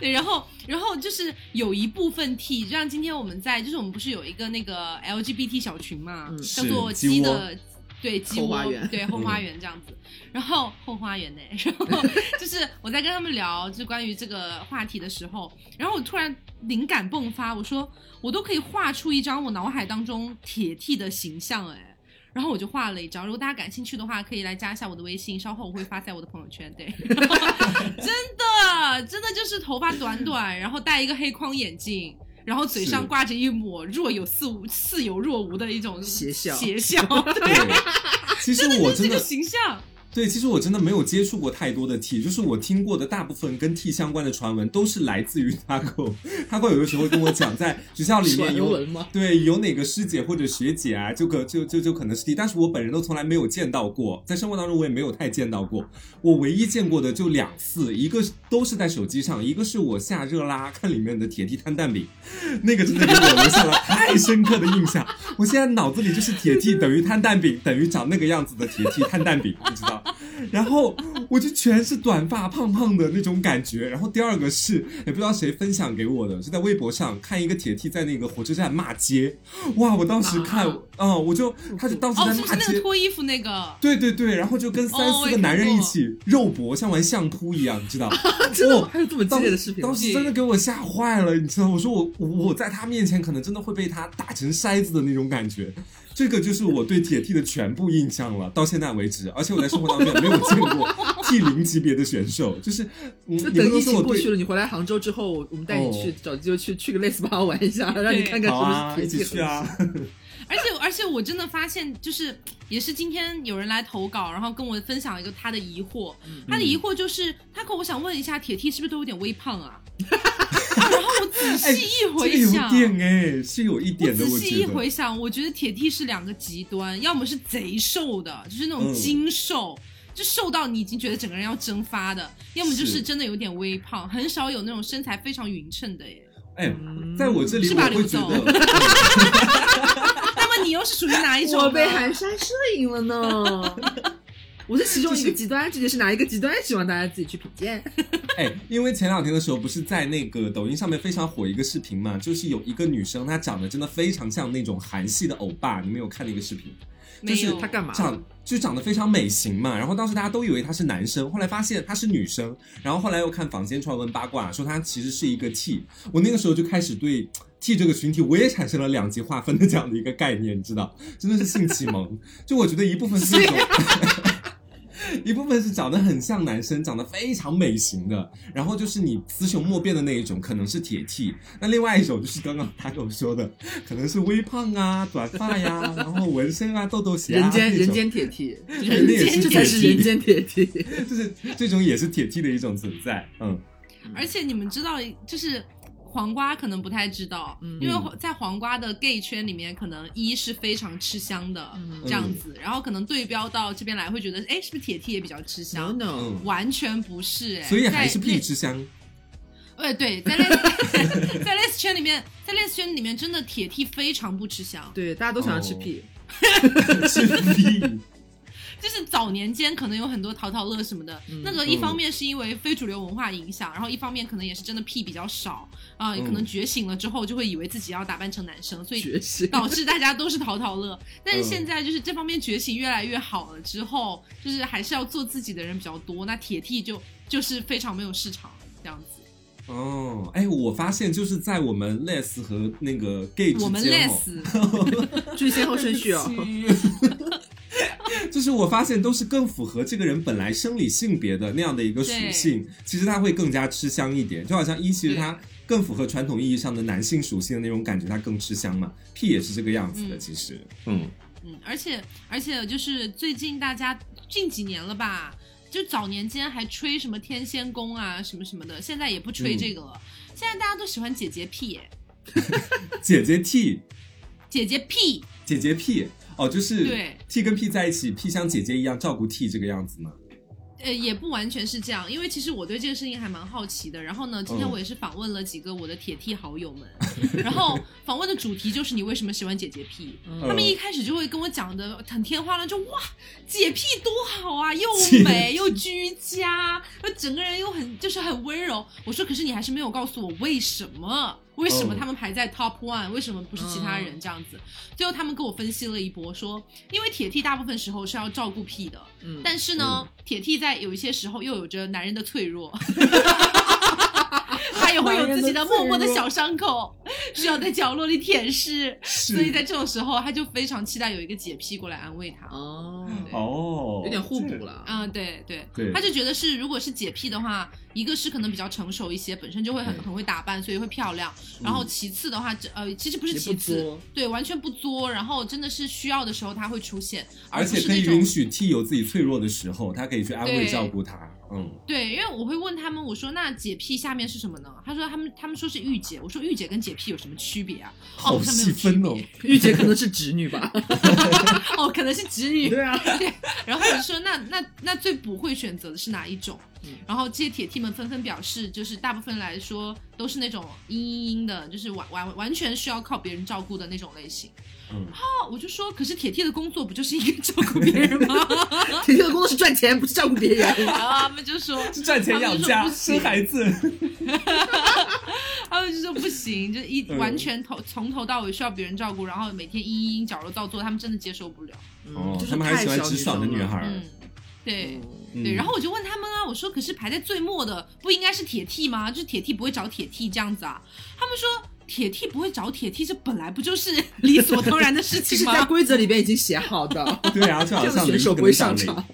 对，然后然后就是有一部分 T，就像今天我们在，就是我们不是有一个那个 LGBT 小群嘛，
嗯
叫
是
做
鸡
鸡
窝
的。对鸡
后
窝
花园，嗯
对后花园这样子，然后后花园呢， <laughs> 然后就是我在跟他们聊就关于这个话题的时候，然后我突然灵感迸发，我说我都可以画出一张我脑海当中铁 T 的形象哎，然后我就画了一张，如果大家感兴趣的话，可以来加一下我的微信，稍后我会发在我的朋友圈。对，然后真的真的就是头发短短，然后戴一个黑框眼镜。然后嘴上
是
挂着一抹若有似无、似有若无的一种
邪笑
邪笑，
对
对，，
其实
真的
我
就是
真
这个
的
形象，
对，其实我真的没有接触过太多的 T，就是我听过的大部分跟 T 相关的传闻都是来自于 Taco。Taco 有的时候跟我讲，在学校里面
传
有
闻吗？
对有哪个师姐或者学姐啊，就可就就就可能是 T，但是我本人都从来没有见到过，在生活当中我也没有太见到过。我唯一见过的就两次，一个都是在手机上，一个是我下热拉看里面的铁 T 摊蛋饼，那个真的给我留下了 <laughs> 太深刻的印象。我现在脑子里就是铁 T 等于摊蛋饼等于长那个样子的铁 T 摊蛋饼，你知道？然后我就全是短发胖胖的那种感觉。然后第二个是也不知道谁分享给我的，是在微博上看一个铁 T 在那个火车站骂街，哇！我当时看
啊，
嗯，我就他就当时
哦，
在
是不是
骂
那
街
个。脱衣服那个？
对对对，然后就跟三
哦我
四
也看
个男人一
过
起肉搏，像玩相扑一样，你
<laughs>
知道？
真的吗
哦
还有这么激
当
烈的视频吗？
当时真的给我吓坏了，你知道？我说我我我在他面前可能真的会被他打成筛子的那种感觉。这个就是我对铁 T 的全部印象了，到现在为止，而且我在生活当中也没有见
<laughs>
过 T 零级别的选手，就是嗯，
那
你
等
们都
疫
是
情
我
过
对
去了，你回来杭州之后，我们带你去、
哦
找机会去去个类似吧玩一下，让你看看是
好啊，
不
一
是铁
起
器
去啊，
而且而且我真的发现，就是也是今天有人来投稿，然后跟我分享一个他的疑惑，
嗯
他的疑惑就是，他可我想问一下，铁 T 是不是都有点微胖啊？ <laughs> 啊然后我仔细一
哎这个
回
有
想。
点哎，是有一
我
点的，
仔
我
细一
觉得。
回想，我觉得铁 T 是两个极端，要么是贼瘦的，就是那种
嗯
精瘦，就瘦到你已经觉得整个人要蒸发的；要么就是是真的有点微胖，很少有那种身材非常匀称的耶。
哎，在我这里
嗯是
我
吧
会
刘
觉
总
得，
那么你又是属于哪一种呢？
我被寒山摄影了呢。
<laughs>
我是其中一个极端，具体是哪一个极端，希望大家自己去品鉴。
哎，因为前两天的时候不是在那个抖音上面非常火一个视频嘛，就是有一个女生，她长得真的非常像那种韩系的欧巴，你们有看那个视频？
没
就是
有
他干嘛？
长就长得非常美型嘛，然后当时大家都以为她是男生，后来发现她是女生，然后后来又看坊间传闻八卦说她其实是一个 T，我那个时候就开始对 T 这个群体我也产生了两极划分的这
<laughs>
样的一个概念，你知道，真的是性启蒙，就我觉得一部分是一种。一部分是长得很像男生，长得非常美型的，然后就是你雌雄莫辨的那一种，可能是铁 T；那另外一种就是刚刚他跟我说的，可能是微胖啊、短发呀、然后纹身啊、痘痘鞋啊，
人间
那种
人间铁 T，
人间铁 T
这才是人间铁 T。
就是这种也是铁 T 的一种存在。嗯，
而且你们知道，就是黄瓜可能不太知道，
嗯
因为黄在黄瓜的 gay 圈里面，可能一是非常吃香的、
嗯
这样子，然后可能对标到这边来会觉得，哎，是不是铁 T 也比较吃
No
香？
嗯
no，
完全不是、哎，
所以还是
在
屁之香。
呃，对，在 les <laughs> 在 les 圈里面，在 les 圈里面，真的铁 T 非常不吃香。
对，大家都想要吃
哦
屁。
是屁，
就是早年间可能有很多淘淘乐什么的，
嗯
那个一方面是因为非主流文化影响，然后一方面可能也是真的屁比较少啊、也可能
嗯
觉醒了之后就会以为自己要打扮成男生，所以
觉醒，
<laughs>
<laughs>
导致大家都是淘淘乐。但是
嗯
现在就是这方面觉醒越来越好了之后，就是还是要做自己的人比较多，那铁 T 就就是非常没有市场这样子。
哦，哎，我发现就是在我们 les 和那个 gay 之间、哦，
我们累死，
注意先后
<laughs>
顺序哦。
就是我发现都是更符合这个人本来生理性别的那样的一个属性，其实他会更加吃香一点。就好像一，其实他更符合传统意义上的男性属性的那种感觉，他更吃香嘛。P 也是这个样子的，
嗯
其实，嗯
嗯，而且而且就是最近大家近几年了吧，就早年间还吹什么天仙宫啊什么什么的，现在也不吹这个了。现在大家都喜欢姐姐屁耶，
姐姐 T，
姐姐屁，
姐姐 P，哦，就是
对
T 跟 P 在一起，P 像姐姐一样照顾 T 这个样子嘛。
呃，也不完全是这样，因为其实我对这个事情还蛮好奇的。然后呢，今天
嗯
我也是访问了几个我的铁 T 好友们， <laughs> 然后访问的主题就是你为什么喜欢姐姐屁。
嗯
他们
嗯
一开始就会跟我讲的很天花乱坠，哇，姐屁多好
<laughs>
啊，又
姐
美又居家，那整个人又很就是很温柔。我说，可是你还是没有告诉我为什么，为什么
嗯
他们排在 top one，为什么不是其他
嗯
人这样子？最后他们给我分析了一波，说因为铁 T 大部分时候是要照顾屁的，
嗯，
但是呢，铁 T 在有一些时候又有着男人的脆
<laughs>
弱。他也会有自己的默默的小伤口，需要在角落里舔舐。
是
所以在这种时候，他就非常期待有一个姐屁过来安慰
啊
他。
哦，
哦，
有点互补了。
啊、对对
对
他就觉得是，如果是姐屁的话，一个是可能比较成熟一些，本身就会很
对
很会打扮，所以会漂亮。
嗯
然后其次的话，这呃，其实不是
也
其
不
次，
作，
对，完全不作，然后真的是需要的时候他会出现，
而
不
且
是
可
那
以允
种
许 T 有自己脆弱的时候，他可以去安慰
对
照顾他。嗯，
对，因为我会问他们，我说那姐屁下面是什么呢？他说他们他们说是御姐，我说御姐跟姐屁有什么区别啊？哦
好
他们
细
有
分哦
区。
玉姐可能是侄
<laughs>
女吧？
别 <laughs> 哦，可能是侄女。
<laughs> 对啊，
然后我就说那那那最不会选择的是哪一种？
嗯
然后这些铁 T 们纷纷表示，就是大部分来说都是那种嘤嘤嘤的，就是完完完全需要靠别人照顾的那种类型。
嗯
然后我就说，可是铁 T 的工作不就是应该照顾别人吗？
铁铁的工作是赚钱，不是照顾别人。
然后他们就说，
是赚钱养
他
家、
们说不行
生孩子，
他们就说不行，就一
嗯
完全头从头到尾需要别人照顾，然后每天嘤嘤嘤角落到做，他们真的接受不了。
哦
嗯，就，是
他们还
太
喜欢
小
直爽的
女
女
生了
孩。儿
嗯，，对。
嗯
嗯
对，然后我就问他们啊，我说可是排在最末的不应该是铁 T 吗？就是铁 T 不会找铁 T 这样子啊？他们说铁 T 不会找铁 T，这本来不就是 <laughs> 理所当然的事
这
情
是
<laughs>
在
吗？
规则里边已经写好的，
对啊，就
<laughs> 这
好
样的
像
选
林
手
肯
不会
上
上
林
场。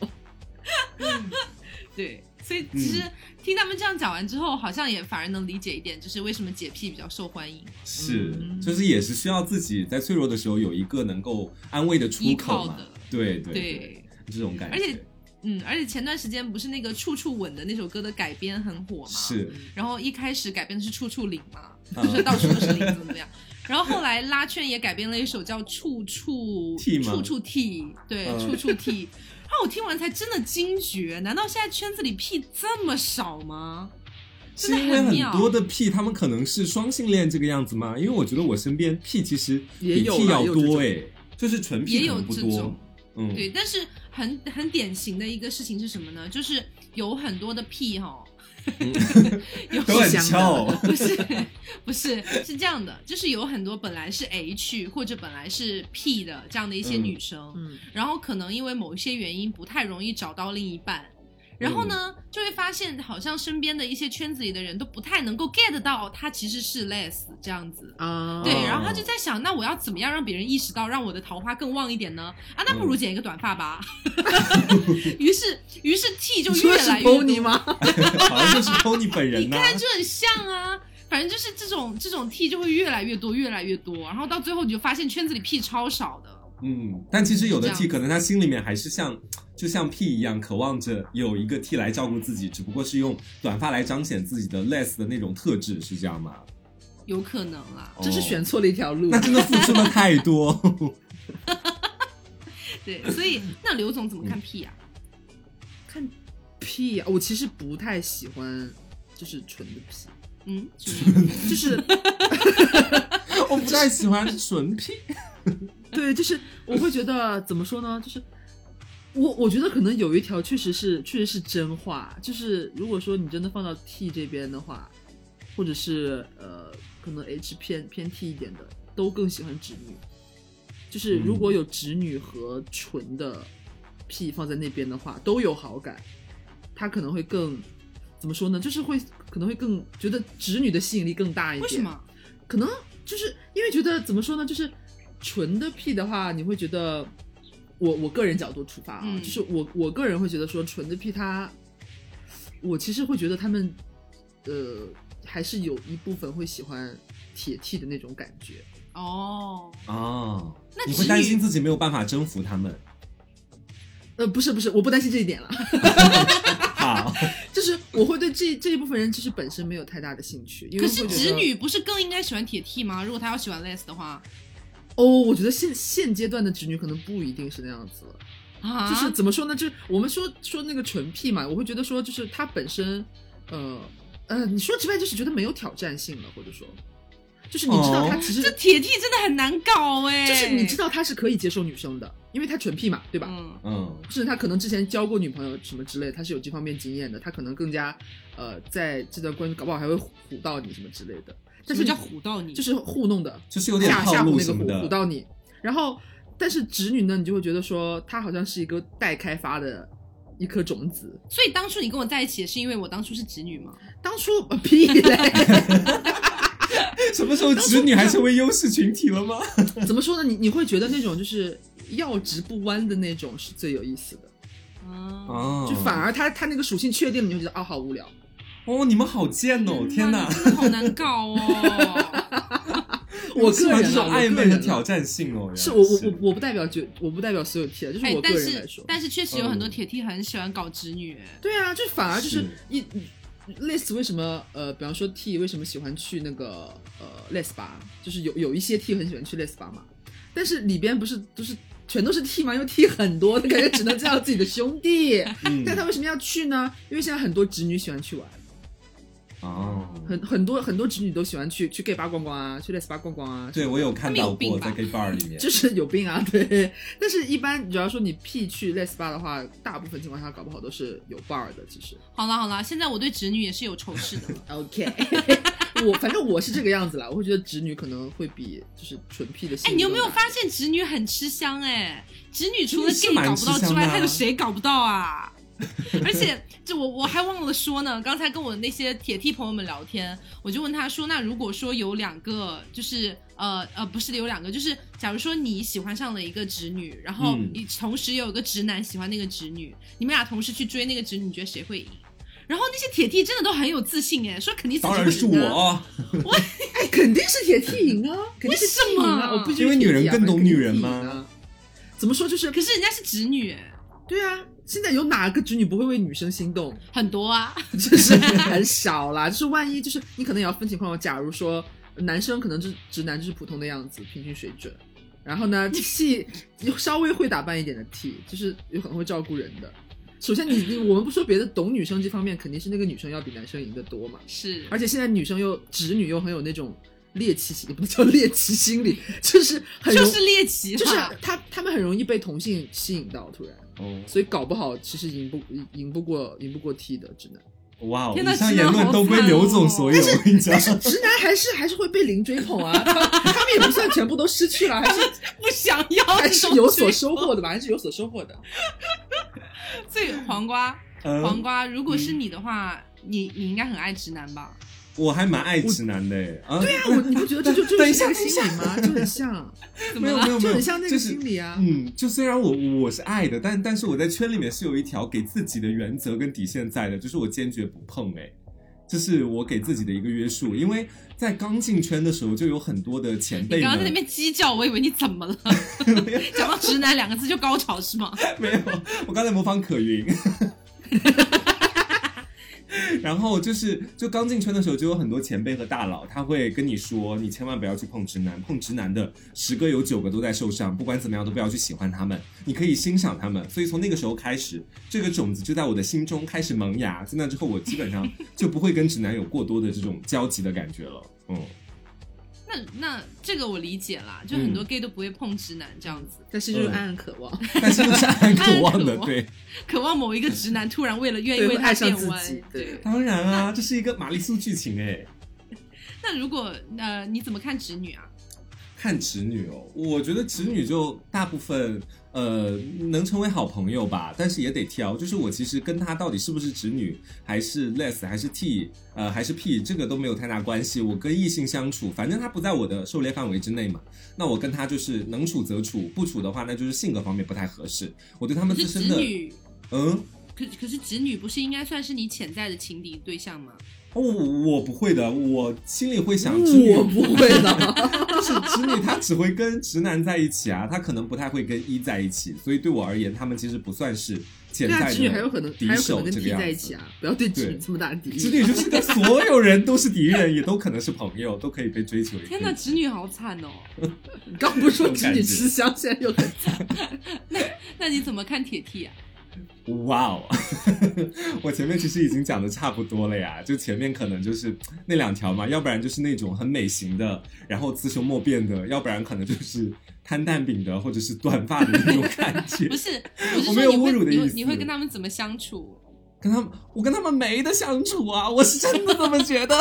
对，所以其
嗯
实听他们这样讲完之后，好像也反而能理解一点，就是为什么解 P 比较受欢迎。
是
嗯，
就是也是需要自己在脆弱的时候有一个能够安慰的出口
依靠
嘛
的。
对对
对，
这种感觉，
而且嗯，而且前段时间不是那个《处处吻》的那首歌的改编很火嘛？。
是
然后一开始改编的是《处处领》嘛，
啊
就是到处都是零，怎么怎么样。然后后来拉圈也改编了一首叫《处处
T 吗
处处 T，对，
嗯
处处 T。然后我听完才真的惊觉，难道现在圈子里屁这么少吗？
是
真
因
的
为
很
很
妙。
多的 P 他们可能是双性恋这个样子吗？因为我觉得我身边 P 其实
也
比
有啦
T 要
也有这种
多哎，就是纯
也
P 可
有
能不
这
多
种。
嗯，
对，但是很很典型的一个事情是什么呢？就是有很多的屁哈、有
都很
香
臭
的。
不是 <laughs> 不是是这样的，就是有很多本来是 H 或者本来是 P 的这样的一些
嗯
女生，
嗯，
然后可能因为某一些原因不太容易找到另一半，然后呢，
嗯
就会发现好像身边的一些圈子里的人都不太能够 get 到他其实是 less 这样子。
啊，
对，
哦
然后他就在想，那我要怎么样让别人意识到，让我的桃花更旺一点呢？啊，那不
嗯
如剪一个短发吧。 <laughs> 于是，于是 T 就
你说
越
的是
来越
b o
多
n 吗？
<laughs> 好像就是 Tony 本人
你
呐、
看就很像啊。反正就是这种这种 T 就会越来越多，越来越多，然后到最后你就发现圈子里屁超少的。
嗯，但其实有
这
的
样
T 可能他心里面还是像就像 P 一样，渴望着有一个 T 来照顾自己，只不过是用短发来彰显自己的 less 的那种特质，是这样吗？哦
有可能啊啦，
真是选错了一条路
那。真的付出了太
<laughs>
多。
对，所以那刘总怎么看屁啊？
看屁呀、我其实不太喜欢，就是纯的 <laughs> 屁，
嗯，就是
就是
我不太喜欢纯 P，
对，就是我会觉得怎么说呢？就是我我觉得可能有一条确实是确实是真话，就是如果说你真的放到 T 这边的话，或者是呃可能 H 偏偏 T 一点的，都更喜欢直女。就是如果有直女和纯的 P 放在那边的话，都有好感，他可能会更怎么说呢？就是会可能会更觉得直女的吸引力更大一点。
为什
<laughs>
么？
可能就是因为觉得怎么说呢，就是纯的 P 的话，你会觉得我我个人角度出发啊，
嗯
就是我我个人会觉得说纯的 P 他，我其实会觉得他们呃还是有一部分会喜欢铁 T 的那种感觉。
哦，
<laughs> 哦，
那
你
直
会
女
担心自己没有办法征服他们。
呃，不是不是，我不担心这一
<laughs>
点了，
好，
就是我会对这这一部分人其实本身没有太大的兴趣，因为
可
会觉
是
得
直女不是更应该喜欢铁 T 吗？如果她要喜欢 less 的话，
哦，我觉得现现阶段的直女可能不一定是那样子了。
啊，
就是怎么说呢？就是我们说说那个纯 P 嘛，我会觉得说，就是它本身，呃呃，你说直白就是觉得没有挑战性了，或者说，就是你知道他
哦
其实、
这铁 T 真的很难搞哎、
就是你知道他是可以接受女生的，因为他纯 P 嘛，对吧？
嗯，
嗯
甚至他可能之前交过女朋友什么之类，他是有这方面经验的，他可能更加呃，在这段关系搞不好还会唬到你什么之类的。但
什
是
么叫唬到你？
就是糊弄的，
就是有点
吓
套
吓唬
路
那个
什么的
唬唬到你。然后，但是直女呢，你就会觉得说她好像是一个待开发的一颗种子。
所以当初你跟我在一起也是因为我当初是直女吗？
当初呃屁嘞， <laughs>
什么时候直女还成为优势群体了吗？
怎么说呢？你你会觉得那种就是要直不弯的那种是最有意思的，
啊，
哦
就反而她她那个属性确定了，你会觉得啊好无聊。
哦，你们好贱
嗯
哦！天
哪，
哪
嗯你，真的好难搞
<laughs>
哦。
我
喜
个
欢
人
这种
啊
暧昧和挑
战，
战性哦。
是
原
我
来
我我我不代表觉，我不代表所有 T 啊，就是
哎
我，个
但
人来
是
说。
但是确实有很多
嗯
铁 T 很喜欢搞直女，哎
对啊，就反而就是
是
一类似为什么呃，比方说 T 为什么喜欢去那个呃 les 吧，就是有有一些 T 很喜欢去 les 吧嘛，但是里边不是都是全都是 T 嘛，因为 T 很多，感觉只能叫自己的兄弟。
嗯
但他为什么要去呢？因为现在很多直女喜欢去玩，
哦，
很很多很多直女都喜欢去去 gay 吧逛逛啊，去 les 吧逛逛啊，
对我有看到过
他
在
们
gay bar 里面，
就是有病啊， <laughs> 对。但是一般只要说你 P 去 les 吧的话，大部分情况下搞不好都是有伴儿的，其实。
好了好了，现在我对直女也是有仇视的了。
OK，我反正我是这个样子啦，我会觉得直女可能会比就是纯 P 的。
哎，你有没有发？现直女很吃香、哎，直女除了
直
gay
女是蛮
搞不到之
吃香的
外，
啊
还有谁搞不到啊？ <laughs> 而且，这我我还忘了说呢。刚才跟我那些铁 T 朋友们聊天，我就问他说：“那如果说有两个，就是呃呃，不是有两个，就是假如说你喜欢上了一个直女，然后
嗯
你同时有一个直男喜欢那个直女，你们俩同时去追那个直女，你觉得谁会赢？”然后那些铁 T 真的都很有自信，哎，说肯定自己
当
会赢、啊。
然是我哦，
哎，肯定是铁 T 赢
<laughs>
啊，肯定是 T 赢
为什
啊！
么
我不觉
因
得
为女人更懂女人
嘛。
嘛
肯定是 T 赢啊怎么说就是
可是人家是直女，哎
对啊，现在有哪个直女不会为女生心动？
很多啊。 <laughs>
就是很少啦，就是万一就是你可能也要分情况，假如说男生可能就是直男就是普通的样子，平均水准。然后呢，T 稍微会打扮一点的 T，就是有很会照顾人的。首先你，你我们不说别的，懂女生这方面肯定是那个女生要比男生赢得多嘛。
是，
而且现在女生又直女又很有那种猎奇心，也不能叫猎奇心理，就是很容
就是猎奇啦，
就是她她们很容易被同性吸引到，突然，
哦，
所以搞不好其实赢不赢赢不过赢不过 T 的直男。
哇哦，
天哪
以上言论都归刘总所有，我跟你讲，
直男还是还是会被零追捧啊， <laughs> 他他们也不算全部都失去了，还是
不想要，
还是有所收获的吧，还是有所收获的。
所以黄瓜
呃，
黄瓜，如果是你的话，你你应该很爱直男吧？
我还蛮爱直男的哎。啊，对
啊 <laughs> 我你不觉得这就 <laughs> 就
等一
是
下
这个心理吗？就很像，
怎么
没有
了
没？有没
就
有，
很像那
就
个
是
心理啊。
嗯，就虽然我我是爱的，但但是我在圈里面是有一条给自己的原则跟底线在的，就是我坚决不碰哎、这是我给自己的一个约束，因为在刚进圈的时候就有很多的前辈
你
们，
刚刚在那边鸡叫，我以为你怎么了？讲到直男两个字就高潮是吗？
<laughs> 没有，我刚才模仿可云。 <laughs> 然后就是，就刚进圈的时候，就有很多前辈和大佬，他会跟你说，你千万不要去碰直男，碰直男的十个有九个都在受伤，不管怎么样都不要去喜欢他们，你可以欣赏他们。所以从那个时候开始，这个种子就在我的心中开始萌芽。在那之后，我基本上就不会跟直男有过多的这种交集的感觉了。嗯，
那那这个我理解啦，就
嗯
很多 gay 都不会碰直男这样子，
但是就是暗暗渴望，
但是就是暗渴望
暗
的，
渴望
对，
渴望某一个直男突然为了愿意
对
为
会
他
爱上
变
自
弯
己。对，
当然啊，这是一个玛丽苏剧情哎、
那如果呃你怎么看直女啊？
看直女哦，我觉得直女就大部分呃能成为好朋友吧，但是也得挑，就是我其实跟她到底是不是直女，还是 less，还是 t，呃还是 p，这个都没有太大关系。我跟异性相处，反正她不在我的狩猎范围之内嘛，那我跟她就是能处则处，不处的话那就是性格方面不太合适。我对他
可
们自
是
身
直
的
女，
嗯。
可可是直女不是应该算是你潜在的情敌对象吗？
我哦我不会的，我心里会想，直女
嗯我不会的。
是 <laughs> 直女，她只会跟直男在一起啊，她可能不太会跟一在一起，所以对我而言，他们其实不算是潜
<laughs> 对
在
啊，
的
直女还有可能
敌
还有可
手
能跟
这
T
个样
在一
子
起。啊！不要对直
对
女这么大的敌
直
意。
女就是跟所有人都是敌人，也都可能是朋友，都可以被追求。
天哪，直女好惨哦！
你刚不是说
这种
直
感觉
女吃香，现在 <laughs> 又很
那你怎么看铁 T 啊？
哇哦！ <laughs> 我前面其实已经讲的差不多了呀，就前面可能就是那两条嘛，要不然就是那种很美型的，然后雌雄莫辨的，要不然可能就是摊蛋饼的，或者是短发的那种感觉。
不
<laughs>
是，我是
我没
说
有
你会
侮辱的
你会
意思
你会跟他们怎么相处？
跟他们，我跟他们没得相处啊！我是真的这么觉
<laughs>
得。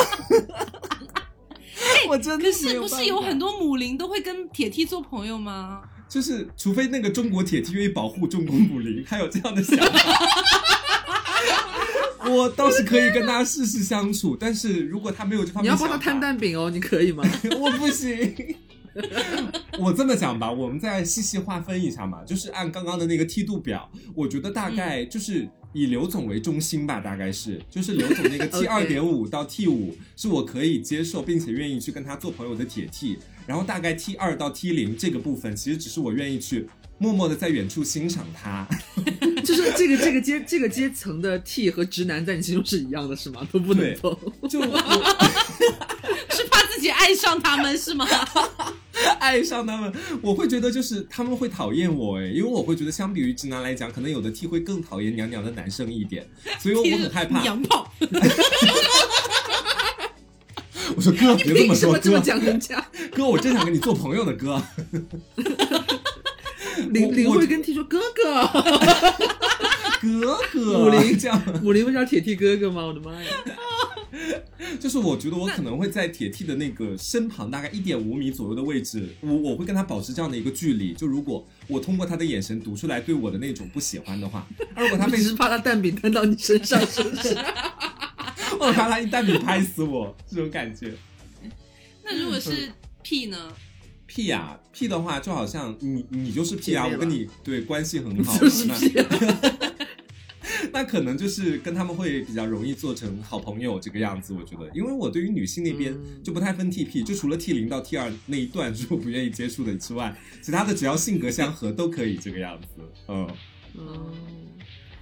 我真的
可是不是有很
多，
多母灵都会跟铁 T 做朋友吗？
就是除非那个中国铁骑愿意保护中国武林，他有这样的想法。 <laughs> 我倒是可以跟他试试相处，但是如果他没有这方
你
面
要
想法，
帮他摊蛋饼哦，你可以吗？
<laughs> 我不行。我这么讲吧，我们再细细划分一下嘛，就是按刚刚的那个梯度表，我觉得大概就是以刘总为中心吧，大概是，就是刘总那个 T 二
OK
点五到 T 五是我可以接受并且愿意去跟他做朋友的铁 T，然后大概 T 二到 T 零这个部分，其实只是我愿意去默默的在远处欣赏他。<laughs>
<laughs> 就是这个这个阶这个阶层的 T 和直男在你心中是一样的，是吗？都不
对
能 <laughs> 碰。
就我
是怕自己爱上他们是
<laughs>
吗？
爱上他们，我会觉得就是他们会讨厌我哎，因为我会觉得相比于直男来讲，可能有的 T 会更讨厌娘娘的男生一
<laughs>
点，所以我很害
<laughs>
怕。
娘
<laughs>
炮，
我说哥，
<laughs>
别这
凭
么
什
说，
么这么
哥，
讲人家？
哥，我真想跟你做朋友呢，哥。 <laughs>
林林
我
会跟 T 说哥 <laughs> 哥，
哥哥，
武林
这样，
武林会叫铁 T 哥哥吗？我的妈呀！
就是我觉得我可能会在铁 T 的那个身旁大概一点五米左右的位置，我我会跟他保持这样的一个距离。就如果我通过他的眼神读出来对我的那种不喜欢的话，而如果他
<laughs> 你
被
只是怕他蛋饼摊到你身上，是不是？
我怕他一单笔拍死我，这种感觉。
那如果
嗯
是 P 呢？
P 呀、p 的话就好像你你就是 P 啊，
姐
我
妹了
跟你对关系很好，
就是
那
P 啊。
<laughs> 那可能就是跟他们会比较容易做成好朋友这个样子，我觉得，因为我对于女性那边
嗯
就不太分 TP，、就除了 T 零到 T 二那一段 <laughs> 是我不愿意接触的之外，其他的只要性格相合都可以这个样子。嗯，
嗯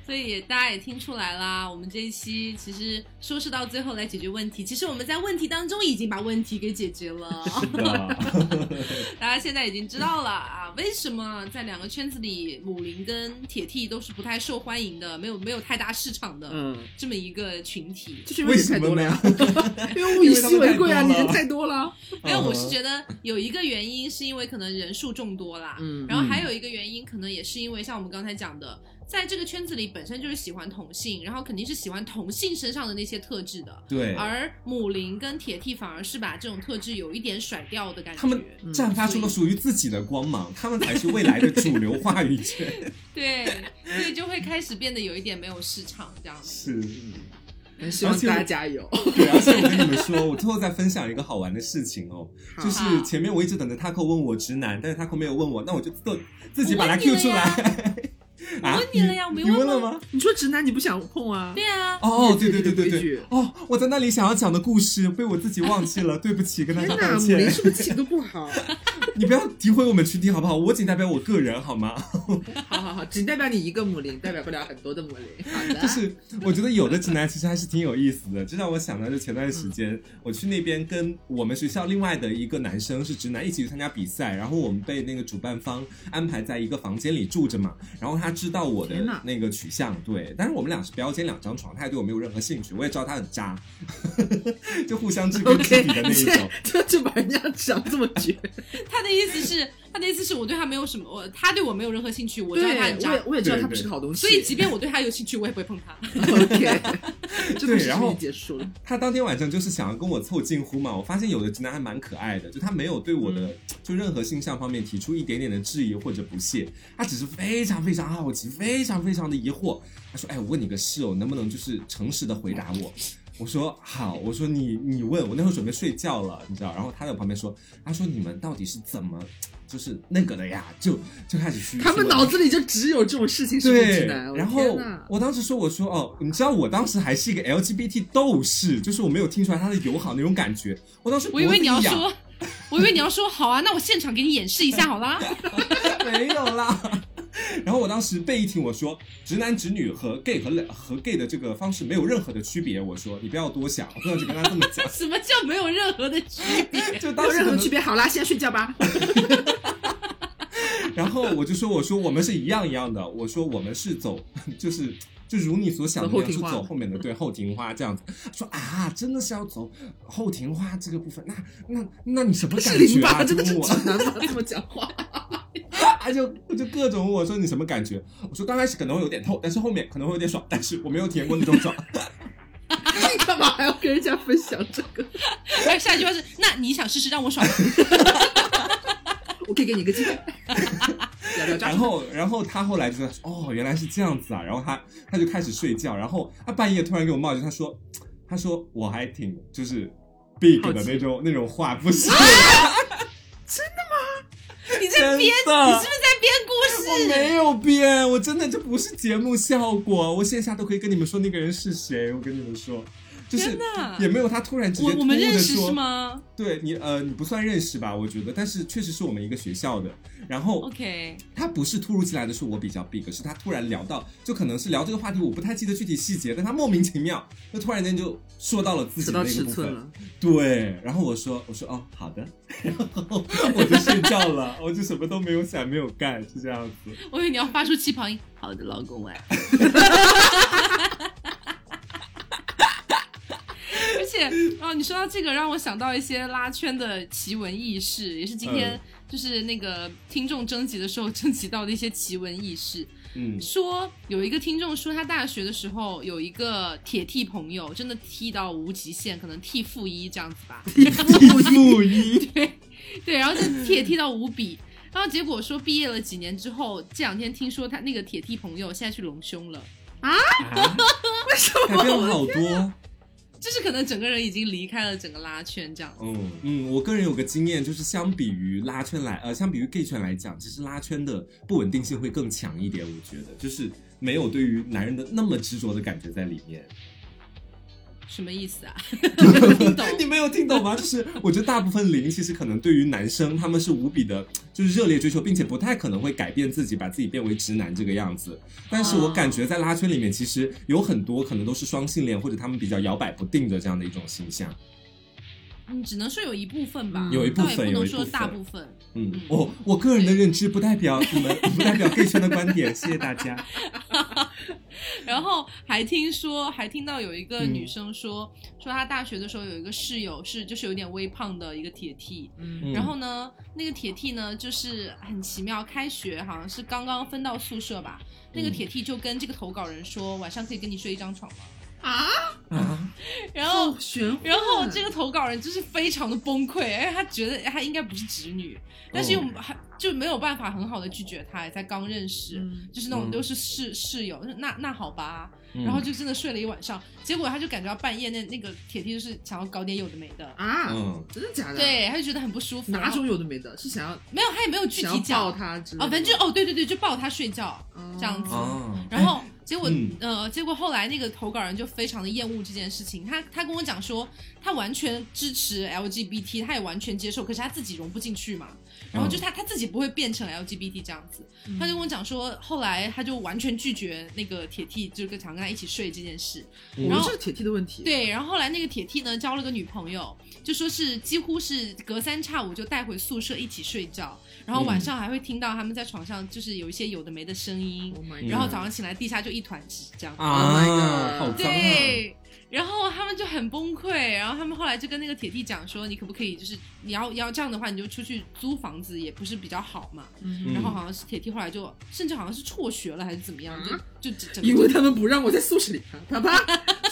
所以大家也听出来啦，我们这一期其实说是到最后来解决问题，其实我们在问题当中已经把问题给解决
<laughs>
了。
是
<laughs>
的，
大家现在已经知道了啊，为什么在两个圈子里，母林跟铁 T 都是不太受欢迎的，没有没有太大市场的、
嗯，
这么一个群体。
就是因为你太多了呀， <laughs> 因为物以稀为贵啊，你人太多了。
没有，我是
得
觉得有一个原因是因为可能人数众多啦，
嗯
然后还有一个原因可能也是因为像我们刚才讲的，在这个圈子里本身就是喜欢同性，然后肯定是喜欢同性身上的那些特质的。
对，
而母林跟铁 T 反而是把这种特质有一点甩掉的感觉。
他们绽发出了属于自己的光芒，他们才是未来的主流话语权。 <laughs>
对，所以就会开始变得有一点没有市场这样子。
是，
希望
而且
大
我
家加油。
对，而且我跟你们说，我最后再分享一个好玩的事情哦，
好
就是前面我一直等着 Taco 问我直男，但是 Taco 没有问我，那我就自自己把他
我问你
Q
了
出来 <laughs>
呀。
啊
我问你了呀我没
你问
问
了
吗
吗？
你说直男你不想碰啊？
对啊，
哦，
你
对
自
对
己
对对
的规矩
对，哦，我在那里想要讲的故事被我自己忘记了，对不起，跟大
天
家
哪，
道
母林
啊歉。
是不是气都不好？
你不要诋毁我们群体好不好？我仅代表我个人好吗？
好好好，只代表你一个母林，代表不了很多的母林。好的，
就是我觉得有的直男其实还是挺有意思的，这让我想到就前段时
嗯
间我去那边跟我们学校另外的一个男生是直男一起去参加比赛，然后我们被那个主办方安排在一个房间里住着嘛，然后他知道我的
天哪
那个取向，对，但是我们俩是标间两张床，他也对我没有任何兴趣，我也知道他很渣， <laughs> 就互
<laughs>
相知根知
OK，
底的那一
你
种。
就就把人家讲这么绝，
他的意思是，他的意思是我对他没有什么，我他对我没有任何兴趣，我知道
对，
他很
我
渣
也，我也知道他不是
对
个好东西，
所以即便我对他有兴趣，我也不会碰他。
OK，这故事
然
终
后
于结束了。
他当天晚上就是想要跟我凑近乎嘛，我发现有的直男还蛮可爱的，就他没有对我
嗯
的、就任何性向方面提出一点点的质疑或者不屑，他只是非常非常好奇，非常非常的疑惑。他说：“哎，我问你个事哦，能不能就是诚实的回答我？”我说好，我说你你问我那时候准备睡觉了，你知道，然后他在我旁边说，他说你们到底是怎么就是那个的呀？就就开始去
他们
说
脑子里就只有这种事情是不是
对
直男，我，的
然
天
后
哪
我当时说，我说哦，你知道我当时还是一个 LGBT 斗士，就是我没有听出来他的友好那种感觉。我当时
我以为你要
脖子一仰
说，我以为你要说好啊，那我现场给你演示一下好啦。，
<laughs> 没有啦。然后我当时被一听我说，直男直女和 gay 和和 gay 的这个方式没有任何的区别。我说你不要多想，我当时跟他这么讲 <laughs>
什么叫没有任何的区别？
就
没
当
有
时
任
可
何
能
区别。好啦，现在睡
<laughs>
觉吧。
然后我就说，我说我们是一样一样的，我说我们是走，就是就如你所想的那样，
走后庭
是
花
走后面的，对后庭花这样子。说啊，真的是要走后庭花这个部分，那那那你什么
是
感
零
觉
吧？
啊？
真
就
的是
问我
直，男吗？这么讲话， <laughs>
他就 <laughs> 就各种问我说你什么感觉？我说刚开始可能会有点痛，但是后面可能会有点爽，但是我没有体验过那种
<laughs>
爽。
你干嘛还要跟人家分享这个？
还有下一句话是，那你想试试让我爽吗？
我可以给你一
<laughs>
个机会。聊聊渣
然后，然后他后来就说：“哦，原来是这样子啊。”然后他他就开始睡觉，然后他半夜突然给我冒一句，他说：“他说我还挺就是。” big
好
的
奇
那种那种话不
<laughs>
是，
你在
真
编，你是
的
不，是在编故
我
事？
没有编，我真的这不是节目效果，我线下都可以跟你们说那个人是谁，我跟你们说，就是
天哪
也没有他突然直接
我我们
突兀地
认识
说
是吗
对你呃你不算认识吧，我觉得，但是确实是我们一个学校的，然后
？OK，
他不是突如其来的说我比较 big，是他突然聊到，就可能是聊这个话题，我不太记得具体细节，但他莫名其妙就突然间就说到了自
知
己
道
的那
尺
个部
寸
分，
了，
对，然后我说我说哦好的，然后我就睡觉了，我就什么都没有想没有干，是这样子。
我以为你要发出气泡音。好的，老公哎。而且哦，你说到这个，让我想到一些拉圈的奇闻异事，也是今天
嗯
就是那个听众征集的时候 <laughs> 征集到的一些奇闻异事。
嗯，
说有一个听众说，他大学的时候有一个铁 T 朋友，真的 T 到无极限，可能 T 负一这样子吧。
负 <laughs> 一，
对，然后就铁 T 到无比，然后结果说毕业了几年之后，这两天听说他那个铁 T 朋友现在去隆胸了，
啊
为什
改变了好多。
就是可能整个人已经离开了整个拉圈这样。
嗯嗯，我个人有个经验，就是相比于拉圈来，呃，相比于 gay 圈来讲，其实拉圈的不稳定性会更强一点。我觉得就是没有对于男人的那么执着的感觉在里面。
什么意
<laughs>
思啊？ <laughs> 没听懂。
你没有听懂吗？就是我觉得大部分零其实可能对于男生他们是无比的，就是热烈追求，并且不太可能会改变自己，把自己变为直男这个样子。但是我感觉在拉圈里面，其实有很多可能都是双性恋，或者他们比较摇摆不定的这样的一种形象。
嗯，只能说有一部分吧，
有一部分
倒也不
有
能
一
说
部
大
分
部分。
嗯
嗯，
我
<laughs>
我个人的认知不代表你们，不代表 gay 圈的观点，谢谢大家。
然后还听说，还听到有一个女生说，说她大学的时候有一个室友是就是有点微胖的一个铁 T，
嗯
嗯
然后呢，那个铁 T 呢就是很奇妙，开学好像是刚刚分到宿舍吧，那个
嗯
铁 T 就跟这个投稿人说，晚上可以跟你睡一张床吗？
啊，
啊，
然后
好玄幻
然后这个投稿人就是非常的崩溃，因为他觉得哎他应该不是直女，但是又还就没有办法很好的拒绝他，才刚认识，
嗯
就是那种
嗯
都是室、室友，那那好吧，
嗯
然后就真的睡了一晚上，结果他就感觉到半夜那那个铁梯就是想要搞点有的没的，
啊，
嗯
真的假的？，
对，他就觉得很不舒服，
哪
然后
种有的没的，是想要
没有，他也没有具
想
体
要
讲
抱
啊，
他之类的
反正就哦对对对，就抱他睡觉，
哦
这样子
啊，
然
哎
后结果、
嗯
呃，结果后来那个投稿人就非常的厌恶这件事情，他他跟我讲说，他完全支持 LGBT，他也完全接受，可是他自己融不进去嘛，然
嗯
后就他他自己不会变成 LGBT 这样子，
嗯
他就跟我讲说，后来他就完全拒绝那个铁 T，就是跟想跟他一起睡这件事，
嗯
我
然
们
后
这个铁 T 的问题，，
对，然后后来那个铁 T 呢交了个女朋友，就说是几乎是隔三差五就带回宿舍一起睡觉，然
嗯
后晚上还会听到他们在床上就是有一些有的没的声音，
Oh
嗯
my god
然后早上醒来地下就一团屎这样。
啊，好脏啊！
哦对，然后他们就很崩溃，然后他们后来就跟那个铁 T 讲说，你可不可以就是你要要这样的话，你就出去租房子也不是比较好嘛。
嗯
然后好像是铁 T 后来就甚至好像是辍学了还是怎么样，
啊
就就整
因
个
为他们不让我在宿舍里啪啪啪，
<laughs>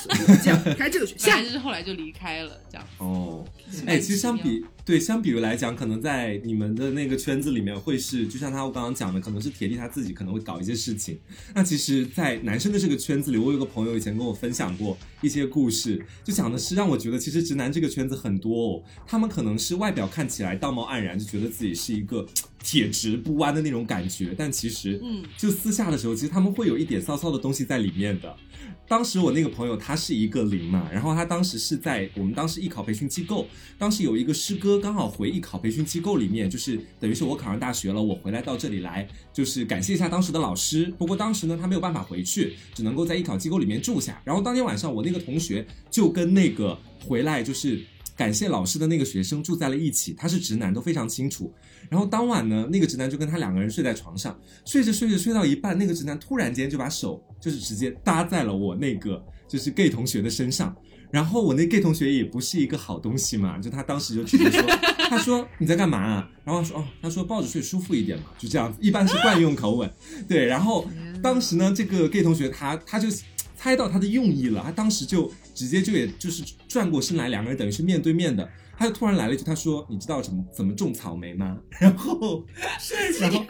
讲开这个学校
反，正就是后来就离开了这样。
哦，哎，其实相比对相比于来讲，可能在你们的那个圈子里面，会是就像他我刚刚讲的，可能是铁力他自己可能会搞一些事情。那其实，在男生的这个圈子里，我有个朋友以前跟我分享过一些故事，就讲的是让我觉得，其实直男这个圈子很多哦，他们可能是外表看起来道貌岸然，就觉得自己是一个铁直不弯的那种感觉，但其实，
嗯
就私下的时候，其实他们会有一点骚骚的东西在里面的。当时我那个朋友他是一个零嘛，然后他当时是在我们当时艺考培训机构，当时有一个师哥刚好回艺考培训机构里面，就是等于是我考上大学了，我回来到这里来，就是感谢一下当时的老师。不过当时呢，他没有办法回去，只能够在艺考机构里面住下。然后当天晚上，我那个同学就跟那个回来就是。感谢老师的那个学生住在了一起，他是直男，都非常清楚。然后当晚呢，那个直男就跟他两个人睡在床上，睡着睡着睡到一半，那个直男突然间就把手就是直接搭在了我那个就是 gay 同学的身上。然后我那 gay 同学也不是一个好东西嘛，就他当时就直接说， <laughs> 他说你在干嘛、啊？然后说哦，他说抱着睡舒服一点嘛，就这样子，一般是惯用口吻。对，然后当时呢，这个 gay 同学他他就猜到他的用意了，他当时就直接就也就是转过身来，两个人等于是面对面的，他就突然来了一句，他说你知道怎么怎么种草莓吗？ <laughs> 然后然后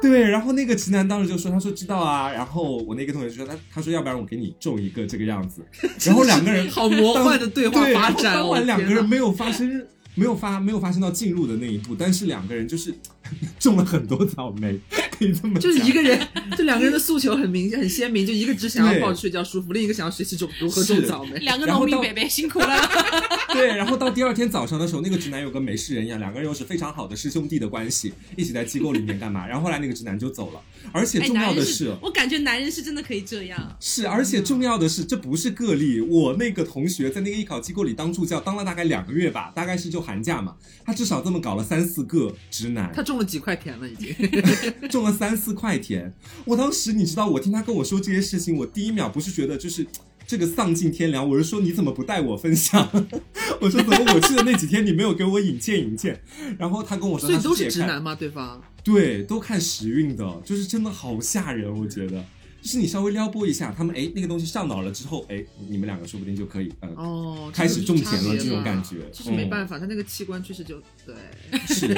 对，然后那个直男当时就说，他说知道啊，然后我那个同学就说他他说要不然我给你种一个这个样子，然后两个
<laughs>
人
好魔幻的对话
对，
发
然后
展哦，
当
我
晚
的
两个
天
人
哪
没有发生，没有发没有发生到进入的那一步，但是两个人就是 <laughs> 种了很多草莓，可以这么
<laughs> 就是
讲
一个人，这两个人的诉求很明很鲜明，就一个只想要抱着睡觉舒服，另一个想要学习种如何种
是
草莓。
两个
然
农
后
民
到
北北辛苦
<laughs>
了。
<laughs> 对，然后到第二天早上的时候，那个直男有跟没事人一样，两个人又是非常好的师兄弟的关系，一起在机构里面干嘛？然后后来那个直男就走了，而且
哎，
重要
男
的啊
人
是
是，我感觉男人是真的可以这样。
是，而且重要的是，这不是个例。我那个同学在那个艺考机构里当助教，当了大概两个月吧，大概是就寒假嘛，他至少这么搞了三四个直男，
他种了几块田了，已经。
种了三四块田。我当时你知道，我听他跟我说这些事情，我第一秒不是觉得就是这个丧尽天良，我是说你怎么不带我分享？ <laughs> 我说怎么我去的那几天你没有给我引荐引荐？然后他跟我说，
<laughs> 所以
他
都
自己
是
也
直
看
男吗？对方？
对，都看时运的，就是真的好吓人，我觉得。就是你稍微撩拨一下他们，哎，那个东西上脑了之后，哎，你们两个说不定就可以，呃，
哦，
开始种田了
这
这种感觉
就是没
嗯
办法，他那个器官确实就对。 <laughs>
是，